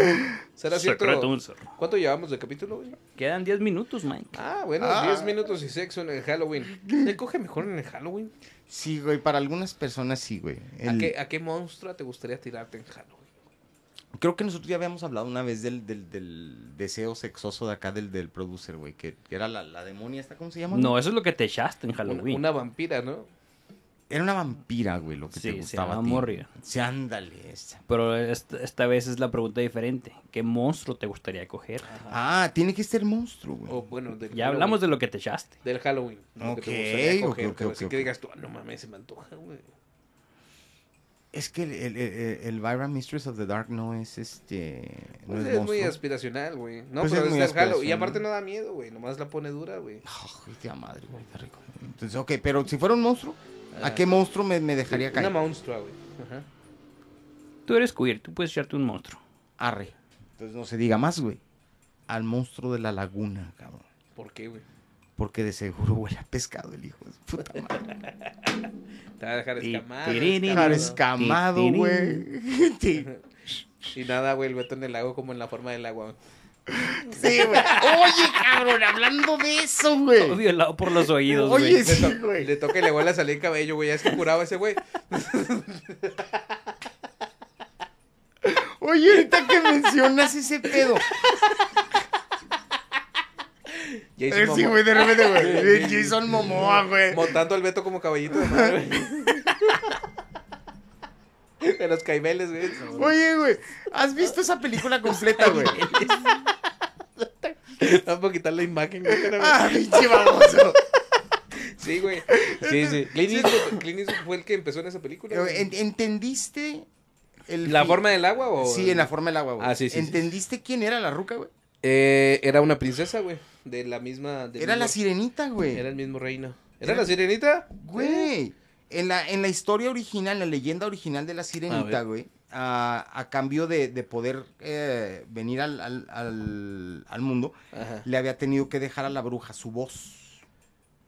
Speaker 1: ¿será cierto?
Speaker 4: Secreto un cerro.
Speaker 1: ¿Cuánto llevamos de capítulo, güey?
Speaker 4: Quedan 10 minutos, Mike.
Speaker 1: Ah, bueno,
Speaker 3: Ah.
Speaker 1: 10 minutos y sexo en el
Speaker 3: [laughs]
Speaker 1: Halloween. ¿Te coge mejor en el Halloween?
Speaker 3: Sí, güey, para algunas personas sí, güey.
Speaker 1: ¿A,
Speaker 3: El-
Speaker 1: qué, ¿A qué monstruo te gustaría tirarte en Halloween?
Speaker 3: Creo que nosotros ya habíamos hablado una vez del, del, del deseo sexoso de acá del, del producer, güey, que, que era la, la demonia, ¿esta cómo se llama?
Speaker 4: No, eso es lo que te echaste en
Speaker 1: Una,
Speaker 4: Halloween.
Speaker 1: una vampira, ¿no?
Speaker 3: Era una vampira, güey, lo que
Speaker 4: Sí,
Speaker 3: te
Speaker 4: se
Speaker 3: gustaba
Speaker 4: llamaba
Speaker 3: a ti.
Speaker 4: Morrigan.
Speaker 3: Sí, ándale. esa.
Speaker 4: Pero esta, esta vez es la pregunta diferente. ¿Qué monstruo te gustaría coger?
Speaker 3: Ah, tiene que ser monstruo, güey.
Speaker 1: O bueno, del
Speaker 4: Ya
Speaker 1: Halloween.
Speaker 4: hablamos de lo que te echaste.
Speaker 1: del Halloween. lo que
Speaker 3: Ok,
Speaker 1: te gustaría
Speaker 3: ok,
Speaker 1: coger,
Speaker 3: ok,
Speaker 1: pero
Speaker 3: ok,
Speaker 1: así
Speaker 3: ok.
Speaker 1: que digas tú, ah, no mames, se me antoja, güey.
Speaker 3: Es que el, el, el- el Elvira Mistress of the Dark no es este. No
Speaker 1: Pues
Speaker 3: es,
Speaker 1: es, muy
Speaker 3: monstruo.
Speaker 1: aspiracional, güey. No,
Speaker 3: Pues
Speaker 1: pero
Speaker 3: es
Speaker 1: es,
Speaker 3: muy
Speaker 1: del Halloween. Y
Speaker 3: aspiracional.
Speaker 1: aparte no da miedo, güey. Nomás la pone dura, güey.
Speaker 3: Ay, tía madre, Ah, güey, está rico. Entonces, ok, pero si fuera un monstruo, ¿a qué monstruo me, me dejaría
Speaker 1: Una
Speaker 3: caer?
Speaker 1: monstrua, güey. Ajá.
Speaker 4: Tú eres queer, tú puedes echarte un monstruo.
Speaker 3: Arre. Entonces no se diga más, güey. Al monstruo de la laguna, cabrón.
Speaker 1: ¿Por qué, güey?
Speaker 3: Porque de seguro huele a pescado el hijo de su puta madre.
Speaker 1: Te va a dejar
Speaker 4: Ti,
Speaker 1: escamado.
Speaker 4: tirirín.
Speaker 1: escamado.
Speaker 3: Estar escamado,
Speaker 4: Titirín.
Speaker 3: güey. [laughs] Sí,
Speaker 1: Y nada, güey, el veto en el lago como en la forma del agua.
Speaker 3: sí, güey. Oye, cabrón, hablando de eso, güey.
Speaker 4: Todo violado por los oídos,
Speaker 3: Oye,
Speaker 4: güey.
Speaker 1: Le,
Speaker 3: Sí,
Speaker 1: to-
Speaker 3: güey.
Speaker 1: le toca y le vuelve a salir el cabello, güey. Ya es que curaba ese güey.
Speaker 3: Oye, ahorita que mencionas ese pedo.
Speaker 1: Ya hizo
Speaker 3: Eh, Sí,
Speaker 1: mamá.
Speaker 3: güey, de repente, güey. Eh, Jason Momoa, güey.
Speaker 1: Montando al Beto como caballito de mar, güey. De los caimeles, güey.
Speaker 3: Oye, güey, ¿has visto esa película completa,
Speaker 1: [laughs]
Speaker 3: güey?
Speaker 1: Vamos a quitar la imagen, güey. pero, güey.
Speaker 3: Ah, pinche baboso.
Speaker 1: Sí, güey. Sí, sí. Clint Eastwood, Clint Eastwood fue el que empezó en esa película. güey.
Speaker 3: En- ¿Entendiste? El
Speaker 1: ¿La
Speaker 3: fi-
Speaker 1: forma del agua o...?
Speaker 3: Sí, en la forma del agua, güey.
Speaker 1: Ah, sí, sí, sí.
Speaker 3: ¿Entendiste quién era la ruca, güey?
Speaker 1: Eh, era una princesa, güey. De la misma... del
Speaker 3: Era la
Speaker 1: mismo-
Speaker 3: sirenita, güey.
Speaker 1: Era el mismo reino. ¿Era la sirenita?
Speaker 3: Güey. En la, en la historia original, la leyenda original de la sirenita,
Speaker 4: A ver.
Speaker 3: güey, a, a cambio de, de poder eh, venir al, al- al- al mundo,
Speaker 1: Ajá.
Speaker 3: le había tenido que dejar a la bruja su voz.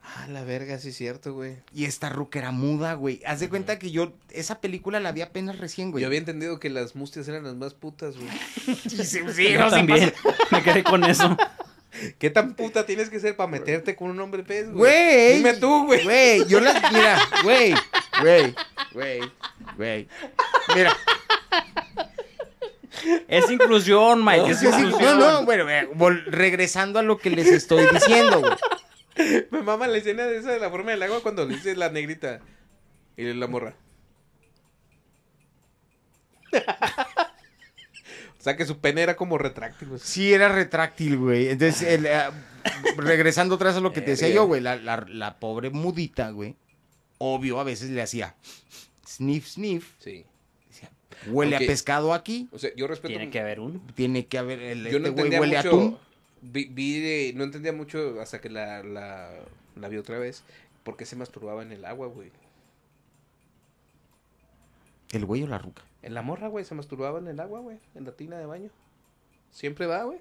Speaker 1: Ah, la verga, sí es cierto, güey.
Speaker 3: Y esta ruca era muda, güey. Haz de cuenta que yo esa película la vi apenas recién, güey.
Speaker 1: Yo había entendido que las mustias eran las más putas, güey.
Speaker 3: Sí, sí, sí,
Speaker 4: Yo
Speaker 3: no, sí
Speaker 4: también.
Speaker 3: pasa.
Speaker 4: Me quedé con eso.
Speaker 1: ¿Qué tan puta tienes que ser para meterte con un hombre pez, güey?
Speaker 3: Güey.
Speaker 1: Dime tú, güey.
Speaker 3: Güey, yo la. Mira, güey. Güey. Güey. Güey. Mira.
Speaker 4: Es inclusión, Mike. Es
Speaker 3: Sí, sí,
Speaker 4: inclusión.
Speaker 3: no, no, bueno, eh, vol- regresando a lo que les estoy diciendo, güey.
Speaker 1: Me mama la escena de esa de la forma del agua cuando le dice la negrita y la morra. o sea que su pene era como retráctil. güey.
Speaker 3: Sí, era retráctil, güey. Entonces, el, eh, regresando atrás a lo que te
Speaker 1: Eh,
Speaker 3: decía yo, güey, la, la- la pobre mudita, güey, obvio, a veces le hacía sniff, sniff,
Speaker 1: Sí.
Speaker 3: huele
Speaker 1: Aunque-
Speaker 3: a pescado aquí,
Speaker 1: O sea, yo respeto.
Speaker 4: Tiene que haber uno.
Speaker 3: tiene que haber, el,
Speaker 1: Yo no
Speaker 3: este güey
Speaker 1: entendía
Speaker 3: huele a
Speaker 1: mucho.
Speaker 3: atún.
Speaker 1: Vi, vi de- no entendía mucho hasta que la, la, la vi otra vez. ¿Por qué se masturbaba en el agua, güey?
Speaker 3: ¿El güey o la ruca?
Speaker 1: En la morra, güey, se masturbaba en el agua, güey. En la tina de baño. Siempre va, güey.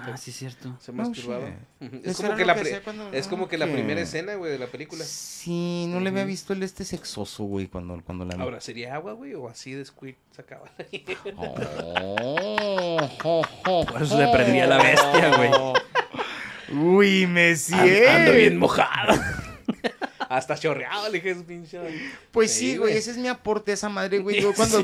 Speaker 4: Ah, sí, es cierto.
Speaker 1: Se
Speaker 3: Oh,
Speaker 1: masturbaba.
Speaker 3: shit.
Speaker 1: Ujú. Es,
Speaker 3: Eso
Speaker 1: como
Speaker 3: era
Speaker 1: que,
Speaker 3: lo
Speaker 1: la
Speaker 3: que
Speaker 1: pri-
Speaker 3: hacía cuando-
Speaker 1: es como que la
Speaker 3: Ok.
Speaker 1: primera escena, güey, de la película.
Speaker 3: Sí, no le había
Speaker 1: Ujú.
Speaker 3: visto el este sexoso, güey, cuando, cuando la vi.
Speaker 1: Ahora, ¿sería agua, güey? ¿O así de squirt sacaba?
Speaker 4: Oh.
Speaker 3: [laughs]
Speaker 4: Por eso le prendí a la bestia, güey.
Speaker 3: Uy, me
Speaker 4: Ando bien
Speaker 3: siento.
Speaker 4: mojado.
Speaker 1: [laughs] Hasta chorreaba, le dije, es pinche.
Speaker 3: Pues sí, güey, ese es mi aporte a esa madre,
Speaker 4: [laughs]
Speaker 3: güey. Yo
Speaker 1: [laughs]
Speaker 3: cuando...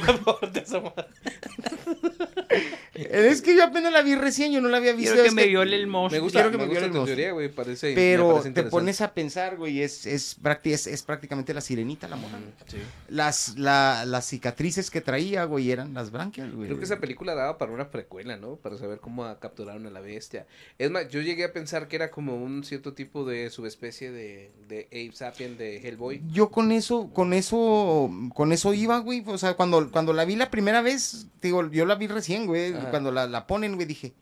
Speaker 3: eh, Es que yo apenas la vi recién, yo no la había visto.
Speaker 4: Quiero que
Speaker 3: es
Speaker 4: me
Speaker 3: que-
Speaker 4: viole el monstruo.
Speaker 1: Me gusta,
Speaker 3: Quiero que
Speaker 1: me
Speaker 3: me
Speaker 1: gusta
Speaker 3: viole el
Speaker 1: tu
Speaker 3: monstruo.
Speaker 1: teoría, güey. Parece, me
Speaker 3: Pero
Speaker 1: parece
Speaker 3: te
Speaker 1: interesante.
Speaker 3: pones a pensar, güey, es, es, prácti- es, es prácticamente la sirenita, la moja.
Speaker 1: Sí.
Speaker 3: Las, la- las cicatrices que traía, güey, eran las branquias, güey.
Speaker 1: Creo que esa película daba para una precuela, ¿no? Para saber cómo capturaron a la bestia. Es más, yo llegué a pensar que era como un cierto tipo de subespecie de, de Ape Sapien de Hellboy.
Speaker 3: Yo con eso, con eso, con eso iba, güey. O sea, cuando, cuando la vi la primera vez, te digo, yo la vi recién, güey.
Speaker 1: Ajá.
Speaker 3: Cuando la, la ponen, güey, dije,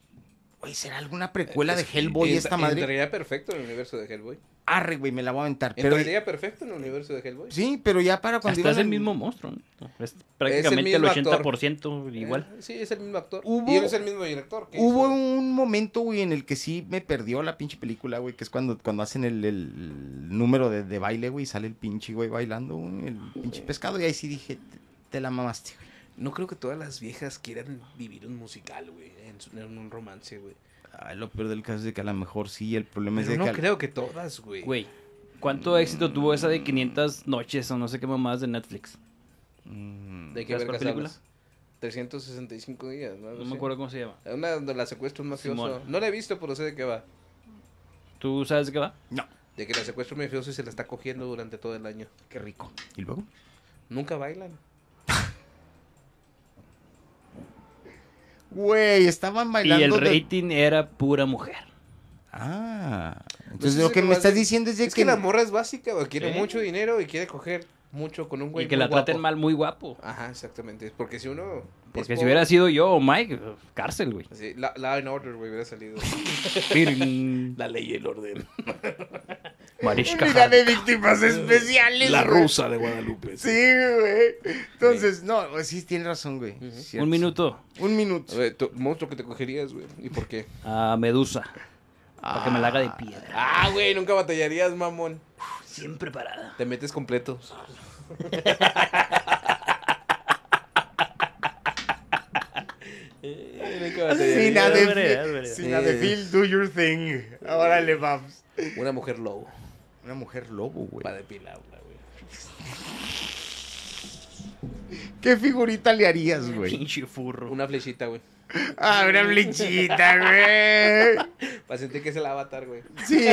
Speaker 3: güey, ¿será alguna precuela de
Speaker 1: Es-
Speaker 3: Hellboy
Speaker 1: entra-
Speaker 3: esta madre?
Speaker 1: Entraría perfecto en el universo de Hellboy.
Speaker 3: Arre, güey, me la voy a aventar. Pero,
Speaker 1: Entraría perfecto en el universo de Hellboy.
Speaker 3: sí, pero ya para cuando
Speaker 4: Hasta es
Speaker 3: iban
Speaker 4: el
Speaker 3: en-
Speaker 4: mismo monstruo. ¿no? Es prácticamente
Speaker 1: mismo
Speaker 4: el
Speaker 1: actor.
Speaker 4: 80%
Speaker 1: Eh,
Speaker 4: igual.
Speaker 1: sí, es el mismo actor.
Speaker 3: Hubo-
Speaker 1: y él es el mismo director. que
Speaker 3: Hubo
Speaker 1: hizo-
Speaker 3: un momento, güey, en el que sí me perdió la pinche película, güey, que es cuando, cuando hacen el, el número de, de baile, güey, y sale el pinche, güey, bailando, güey, el pinche pescado, y ahí sí dije, te, te la mamaste, güey.
Speaker 1: No creo que todas las viejas quieran vivir un musical, güey, en, su- en un romance, güey.
Speaker 3: Ay, lo peor del caso es de que a lo mejor sí, el problema es
Speaker 1: Pero
Speaker 3: de
Speaker 1: no
Speaker 3: que... al-
Speaker 1: creo que todas, güey.
Speaker 4: Güey, ¿cuánto éxito tuvo esa de 500 noches o no sé qué mamadas de Netflix?
Speaker 3: Mm,
Speaker 1: ¿De qué
Speaker 4: ¿Sabes
Speaker 1: vergas
Speaker 4: cuál película?
Speaker 1: hablas? 365 días, ¿no?
Speaker 4: No
Speaker 1: Algo así.
Speaker 4: me acuerdo cómo se llama.
Speaker 1: Una donde la secuestra un mafioso.
Speaker 4: Simón.
Speaker 1: No la he visto, pero sé de qué va.
Speaker 4: ¿Tú sabes de qué va?
Speaker 3: No,
Speaker 1: De que la secuestra un mafioso y se la está cogiendo durante todo el año.
Speaker 3: qué rico. ¿Y luego?
Speaker 1: Nunca bailan.
Speaker 3: Güey, estaban bailando...
Speaker 4: Y el
Speaker 3: de-
Speaker 4: rating era pura mujer.
Speaker 3: Ah,
Speaker 1: Pues
Speaker 3: entonces
Speaker 1: es
Speaker 3: lo que
Speaker 1: que
Speaker 3: me
Speaker 1: más
Speaker 3: estás
Speaker 1: de-
Speaker 3: diciendo es de
Speaker 1: Es que la
Speaker 3: que...
Speaker 1: morra es básica, güey. Quiere
Speaker 4: Sí.
Speaker 1: mucho dinero y quiere coger mucho con un güey
Speaker 4: y que
Speaker 1: muy
Speaker 4: la traten
Speaker 1: guapo.
Speaker 4: mal muy guapo.
Speaker 1: Ajá, exactamente. Porque si uno... es
Speaker 4: Porque si
Speaker 1: pobre-
Speaker 4: hubiera sido yo o Mike, cárcel, güey.
Speaker 1: Sí, la, la and Order, güey, hubiera
Speaker 4: [laughs]
Speaker 1: salido.
Speaker 4: Pirin.
Speaker 1: la ley y el
Speaker 4: [laughs]
Speaker 1: orden.
Speaker 4: Mariska
Speaker 3: Unidad
Speaker 4: Hargitay.
Speaker 3: de víctimas especiales, güey.
Speaker 1: de Guadalupe.
Speaker 3: Sí, güey. Entonces, no, pues sí, tienes razón, güey.
Speaker 1: Ujú.
Speaker 3: Cierto.
Speaker 4: Un minuto.
Speaker 3: Un
Speaker 1: A
Speaker 3: minuto.
Speaker 1: ver, tu- monstruo que te cogerías, güey. ¿Y por qué?
Speaker 4: A Medusa. Para que me la haga de piedra.
Speaker 1: Ah, güey, nunca batallarías, mamón.
Speaker 4: Siempre parada.
Speaker 1: Te metes completo. Eh, nunca batallarías.
Speaker 3: Sin la
Speaker 4: es verdad, es
Speaker 3: de,
Speaker 4: verdad.
Speaker 3: sin la de Phil, do your thing. Ahora le vamos.
Speaker 1: Una mujer lobo.
Speaker 3: Una mujer lobo, güey.
Speaker 1: Para depilarla, güey.
Speaker 3: ¿Qué figurita le harías, güey?
Speaker 4: Pinche furro.
Speaker 1: Una flechita, güey.
Speaker 3: Ah, una flechita, güey.
Speaker 1: Para sentir que es el avatar, güey.
Speaker 3: Sí.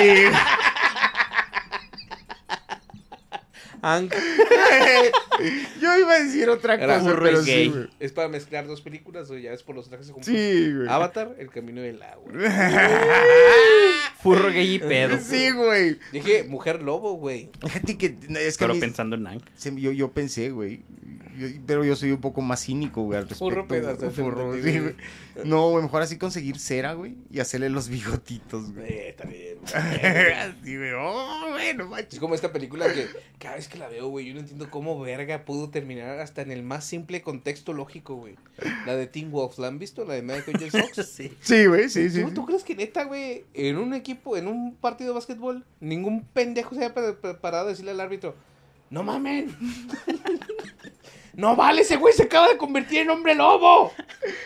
Speaker 1: Ang.
Speaker 3: Yo iba a decir otra
Speaker 1: Era
Speaker 3: cosa,
Speaker 4: burro
Speaker 3: pero
Speaker 4: y
Speaker 3: sí,
Speaker 4: gay.
Speaker 3: güey.
Speaker 1: ¿Es para mezclar dos películas o ya es por los trajes que compré?
Speaker 3: Sí, güey.
Speaker 1: Avatar, el camino del
Speaker 3: [laughs]
Speaker 1: agua.
Speaker 4: Furro gay y pedo.
Speaker 3: Sí, güey.
Speaker 1: Dije, mujer lobo, güey.
Speaker 3: Fíjate que no, es que a
Speaker 4: Pero
Speaker 3: mí
Speaker 4: pensando en Ang.
Speaker 3: se- yo, yo pensé, güey. Yo- pero yo soy un poco más cínico, güey, al respecto.
Speaker 1: Furro
Speaker 3: güey.
Speaker 1: pedazo,
Speaker 3: Furro,
Speaker 1: entendí,
Speaker 3: sí,
Speaker 1: güey.
Speaker 3: güey. No, güey, mejor así conseguir cera, güey, y hacerle los bigotitos, güey.
Speaker 1: Eh, está bien.
Speaker 3: [laughs] Así, güey, oh, güey, güey, no manches.
Speaker 1: Es como esta película que cada vez que la veo, güey, yo no entiendo cómo verga pudo terminar hasta en el más simple contexto lógico, güey. La de Teen Wolf, ¿la han visto? La de Michael J. Fox.
Speaker 4: Sí.
Speaker 3: [laughs] Sí, güey, sí, sí.
Speaker 1: ¿Tú,
Speaker 3: sí.
Speaker 1: tú crees que neta, güey, en un equipo, en un partido de básquetbol, ningún pendejo se haya pre- pre- parado a decirle al árbitro, no mamen? [laughs] no vale, ese güey se acaba de convertir en hombre lobo.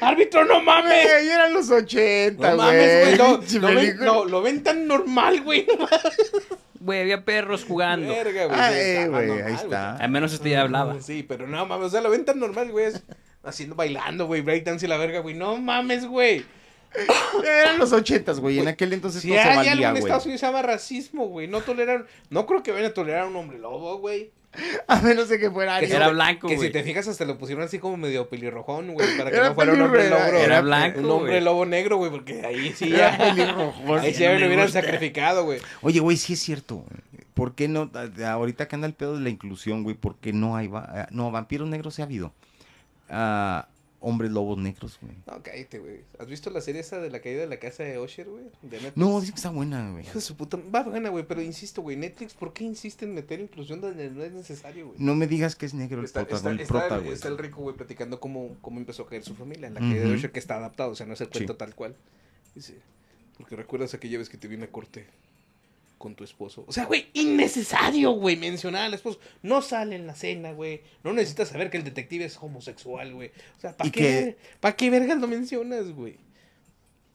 Speaker 1: Árbitro, no mames.
Speaker 3: Güey, eran los 80,
Speaker 1: No
Speaker 3: güey.
Speaker 1: mames, güey. No,
Speaker 3: [laughs] Pinche
Speaker 1: lo ven-
Speaker 3: película.
Speaker 1: no, lo ven tan normal, güey. [laughs] No mames.
Speaker 4: Güey, había perros jugando.
Speaker 1: Verga,
Speaker 3: Ah,
Speaker 1: sí,
Speaker 3: eh,
Speaker 1: estaba
Speaker 3: güey,
Speaker 1: normal,
Speaker 3: ahí
Speaker 1: güey.
Speaker 3: está.
Speaker 4: Al menos este ya hablaba.
Speaker 1: Sí, pero no mames, o sea, lo ven tan normal, güey. es Haciendo, bailando, güey, breakdance y la verga, güey. No mames, güey.
Speaker 3: Eran los 80, güey. En aquel entonces
Speaker 1: Si
Speaker 3: no se
Speaker 1: hay algo
Speaker 3: valía,
Speaker 1: en
Speaker 3: güey.
Speaker 1: Estados Unidos se llama racismo, güey. No toleran, no creo que vayan a tolerar a un hombre lobo, güey.
Speaker 3: [laughs] A menos de que fuera
Speaker 1: Que
Speaker 3: Ariel.
Speaker 4: Era
Speaker 1: si-
Speaker 4: blanco,
Speaker 1: Que
Speaker 4: güey.
Speaker 1: si te fijas hasta lo pusieron así como medio pelirrojón,
Speaker 4: [laughs]
Speaker 1: güey, para que
Speaker 3: Era
Speaker 1: no fuera un hombre
Speaker 3: pelirre-
Speaker 1: lobo.
Speaker 4: Era blanco,
Speaker 1: Un hombre
Speaker 4: güey.
Speaker 1: lobo negro, güey, porque ahí
Speaker 4: [laughs]
Speaker 1: sí
Speaker 3: Era
Speaker 1: ya.
Speaker 3: pelirrojón.
Speaker 1: Ahí sí
Speaker 4: no
Speaker 1: ya
Speaker 4: me
Speaker 1: lo hubieran
Speaker 4: gusta.
Speaker 1: sacrificado, güey.
Speaker 3: Oye, güey, sí es cierto. ¿Por qué no? a- Ahorita que anda el pedo de la inclusión, güey, ¿por qué no hay... va- ah, No, vampiros negros se ha habido. Ah, hombres lobos negros, güey.
Speaker 1: No, cállate, güey. ¿Has visto la serie esa de la caída de la casa de Osher, güey? De Netflix.
Speaker 3: No, dicen que está buena, güey.
Speaker 1: Hijo de su puta. Va buena, güey, pero insisto, güey. Netflix, ¿por qué insiste en meter inclusión donde no es necesario, güey?
Speaker 3: No me digas que es negro el
Speaker 1: Está,
Speaker 3: prota,
Speaker 1: está-
Speaker 3: güey, el
Speaker 1: está
Speaker 3: prota,
Speaker 1: el-
Speaker 3: güey.
Speaker 1: está el rico, güey, platicando cómo, cómo empezó a caer su familia. La caída de
Speaker 3: Ujú.
Speaker 1: Osher que está adaptado, o sea, no es el cuento
Speaker 3: Sí.
Speaker 1: tal cual. Dice, porque recuerdas aquella vez que te vine a corte con tu esposo. O sea, güey, innecesario, güey, mencionar al esposo. No sale en la cena, güey. No necesitas saber que el detective es homosexual, güey. O sea, ¿para
Speaker 3: Y
Speaker 1: qué, ¿pa qué vergas lo mencionas, güey?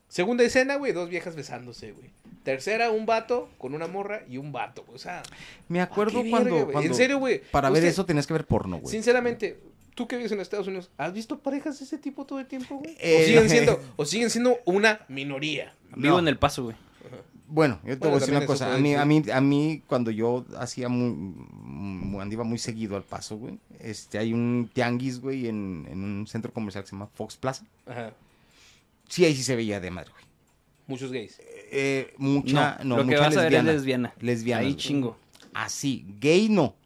Speaker 1: Segunda escena, güey, dos viejas besándose, güey. Tercera, un vato con una morra y un vato, güey. O sea,
Speaker 3: Me acuerdo
Speaker 1: ¿pa' Ah, qué
Speaker 3: cuando,
Speaker 1: verga, güey?
Speaker 3: cuando-
Speaker 1: En serio, güey.
Speaker 3: Para
Speaker 1: Usted-
Speaker 3: ver eso tenías que ver porno, güey.
Speaker 1: Sinceramente, tú que vives en Estados Unidos, ¿has visto parejas de ese tipo todo el tiempo, güey?
Speaker 3: Eh,
Speaker 1: o, siguen siendo,
Speaker 3: [laughs]
Speaker 1: o siguen siendo una minoría.
Speaker 4: Vivo
Speaker 3: No.
Speaker 4: en El Paso, güey.
Speaker 3: Bueno, yo te
Speaker 1: Bueno,
Speaker 3: voy a decir
Speaker 1: también
Speaker 3: una
Speaker 1: eso
Speaker 3: cosa. A
Speaker 1: puede
Speaker 3: mí, a,
Speaker 1: ser.
Speaker 3: mí, a mí, cuando yo hacía muy, muy- andaba muy seguido al paso, güey. Este, hay un tianguis, güey, en, en un centro comercial que se llama Fox Plaza.
Speaker 1: Ajá.
Speaker 3: Sí, ahí sí se veía de madre, güey.
Speaker 1: Muchos gays.
Speaker 3: Eh, mucha, no,
Speaker 4: lo que
Speaker 3: mucha
Speaker 4: vas a ver es
Speaker 3: lesbiana.
Speaker 4: lesbiana.
Speaker 3: Lesbiana,
Speaker 4: Ahí
Speaker 3: güey.
Speaker 4: chingo.
Speaker 3: Así, gay no.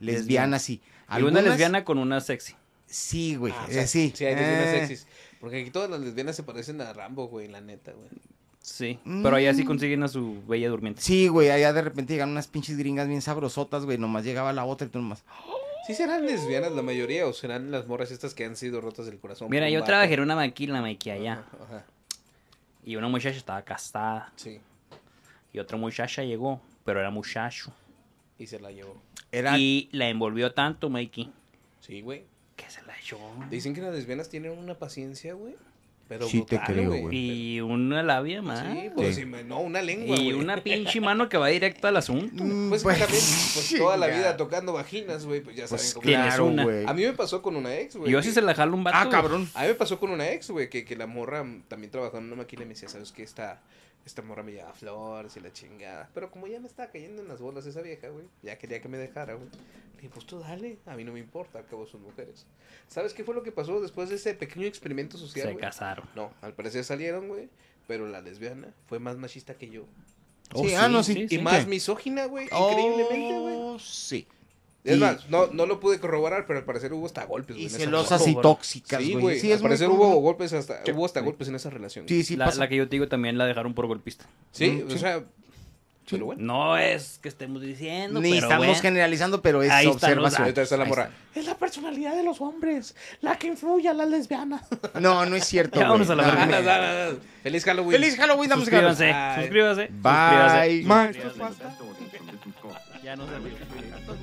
Speaker 3: Lesbiana,
Speaker 4: Lesbiana.
Speaker 3: sí.
Speaker 4: Y una
Speaker 3: Algunas-
Speaker 4: lesbiana con una sexy.
Speaker 3: Sí, güey.
Speaker 1: Ah, o
Speaker 3: eh,
Speaker 1: sea,
Speaker 3: sí.
Speaker 1: hay lesbianas
Speaker 3: Eh,
Speaker 1: sexys. Porque aquí todas las lesbianas se parecen a Rambo, güey, la neta, güey.
Speaker 4: Sí.
Speaker 3: Mm.
Speaker 4: Pero allá sí consiguen a su bella durmiente.
Speaker 3: Sí, güey, allá de repente llegan unas pinches gringas bien sabrosotas, güey, nomás llegaba la otra y tú nomás...
Speaker 1: ¿Sí serán lesbianas la mayoría o serán las morras estas que han sido rotas del corazón?
Speaker 4: Mira,
Speaker 1: por un
Speaker 4: yo
Speaker 1: vato?
Speaker 4: trabajé en una maquila, Mikey, allá.
Speaker 1: Ajá, ajá,
Speaker 4: Y una muchacha estaba casada.
Speaker 1: sí.
Speaker 4: Y otra muchacha llegó, pero era muchacho.
Speaker 1: Y se la llevó.
Speaker 3: Era...
Speaker 4: Y la envolvió tanto, Mikey,
Speaker 1: Sí, güey.
Speaker 4: que se la echó.
Speaker 1: Dicen que las lesbianas tienen una paciencia, güey. Pero
Speaker 3: Sí te
Speaker 1: brutal,
Speaker 3: creo, güey.
Speaker 4: Y una labia más.
Speaker 1: Sí, pues
Speaker 3: Sí.
Speaker 1: sí, no, una lengua,
Speaker 4: y
Speaker 1: güey.
Speaker 4: una pinche mano que va directo
Speaker 3: [laughs]
Speaker 4: al asunto.
Speaker 3: Mm,
Speaker 1: Pues, que también,
Speaker 3: [laughs]
Speaker 1: pues toda la
Speaker 3: chinga.
Speaker 1: vida tocando vaginas, güey, pues ya
Speaker 3: Pues
Speaker 1: saben cómo.
Speaker 4: tienes
Speaker 3: claro,
Speaker 4: una.
Speaker 3: güey.
Speaker 1: A mí me pasó con una ex, güey.
Speaker 4: Yo sí
Speaker 1: que-
Speaker 4: se la jalo un vato.
Speaker 3: Ah, cabrón.
Speaker 1: A mí me pasó con una ex, güey, que, que la morra mm, también trabajaba en una máquina y me decía, ¿sabes qué? Esta, esta morra me llevaba flores y la chingada. Pero como ya me estaba cayendo en las bolas esa vieja, güey, ya quería que me dejara, güey. Le dije, pues tú dale, a mí no me importa, al cabo son mujeres. ¿Sabes qué fue lo que pasó después de ese pequeño experimento social,
Speaker 4: Se
Speaker 1: güey?
Speaker 4: casaron.
Speaker 1: No, al parecer salieron, güey, pero la lesbiana fue más machista que yo.
Speaker 3: Oh,
Speaker 4: Sí,
Speaker 3: sí, ah, no,
Speaker 4: sí,
Speaker 3: sí.
Speaker 1: Y
Speaker 4: sí.
Speaker 1: más misógina, güey, increíblemente, güey.
Speaker 3: Oh, sí.
Speaker 1: Es
Speaker 3: Y-
Speaker 1: más, no, no lo pude corroborar, pero al parecer hubo hasta golpes. güey,
Speaker 3: Y
Speaker 1: en esa
Speaker 3: celosas
Speaker 1: relación.
Speaker 3: y tóxicas,
Speaker 1: Sí,
Speaker 3: güey.
Speaker 1: güey.
Speaker 3: Sí,
Speaker 1: al
Speaker 3: es muy
Speaker 1: parecer
Speaker 3: común.
Speaker 1: hubo golpes hasta,
Speaker 4: Sí.
Speaker 1: hubo hasta golpes en esa relación.
Speaker 3: Sí, sí,
Speaker 4: la,
Speaker 3: pasa.
Speaker 4: la que yo te digo también la dejaron por golpista.
Speaker 1: Sí,
Speaker 3: Mm,
Speaker 1: o
Speaker 3: sí.
Speaker 1: sea, pero bueno.
Speaker 4: No es que estemos diciendo,
Speaker 3: Ni
Speaker 4: pero
Speaker 3: estamos
Speaker 4: bueno.
Speaker 3: generalizando, pero es
Speaker 4: Ahí están los
Speaker 3: observación.
Speaker 1: Ahorita está la
Speaker 3: Ah, Ahí
Speaker 1: morra. Es la personalidad de los hombres la que influye a las lesbianas.
Speaker 3: está. No, no es cierto, [laughs]
Speaker 4: Ya
Speaker 3: güey.
Speaker 4: vámonos a la
Speaker 3: No,
Speaker 1: Ah,
Speaker 4: verga.
Speaker 3: no, no.
Speaker 1: Feliz Halloween.
Speaker 3: Feliz Halloween, damas y caballeros.
Speaker 4: Suscríbanse,
Speaker 1: Ay.
Speaker 4: suscríbanse, suscríbanse.
Speaker 3: Bye.
Speaker 4: Ya no se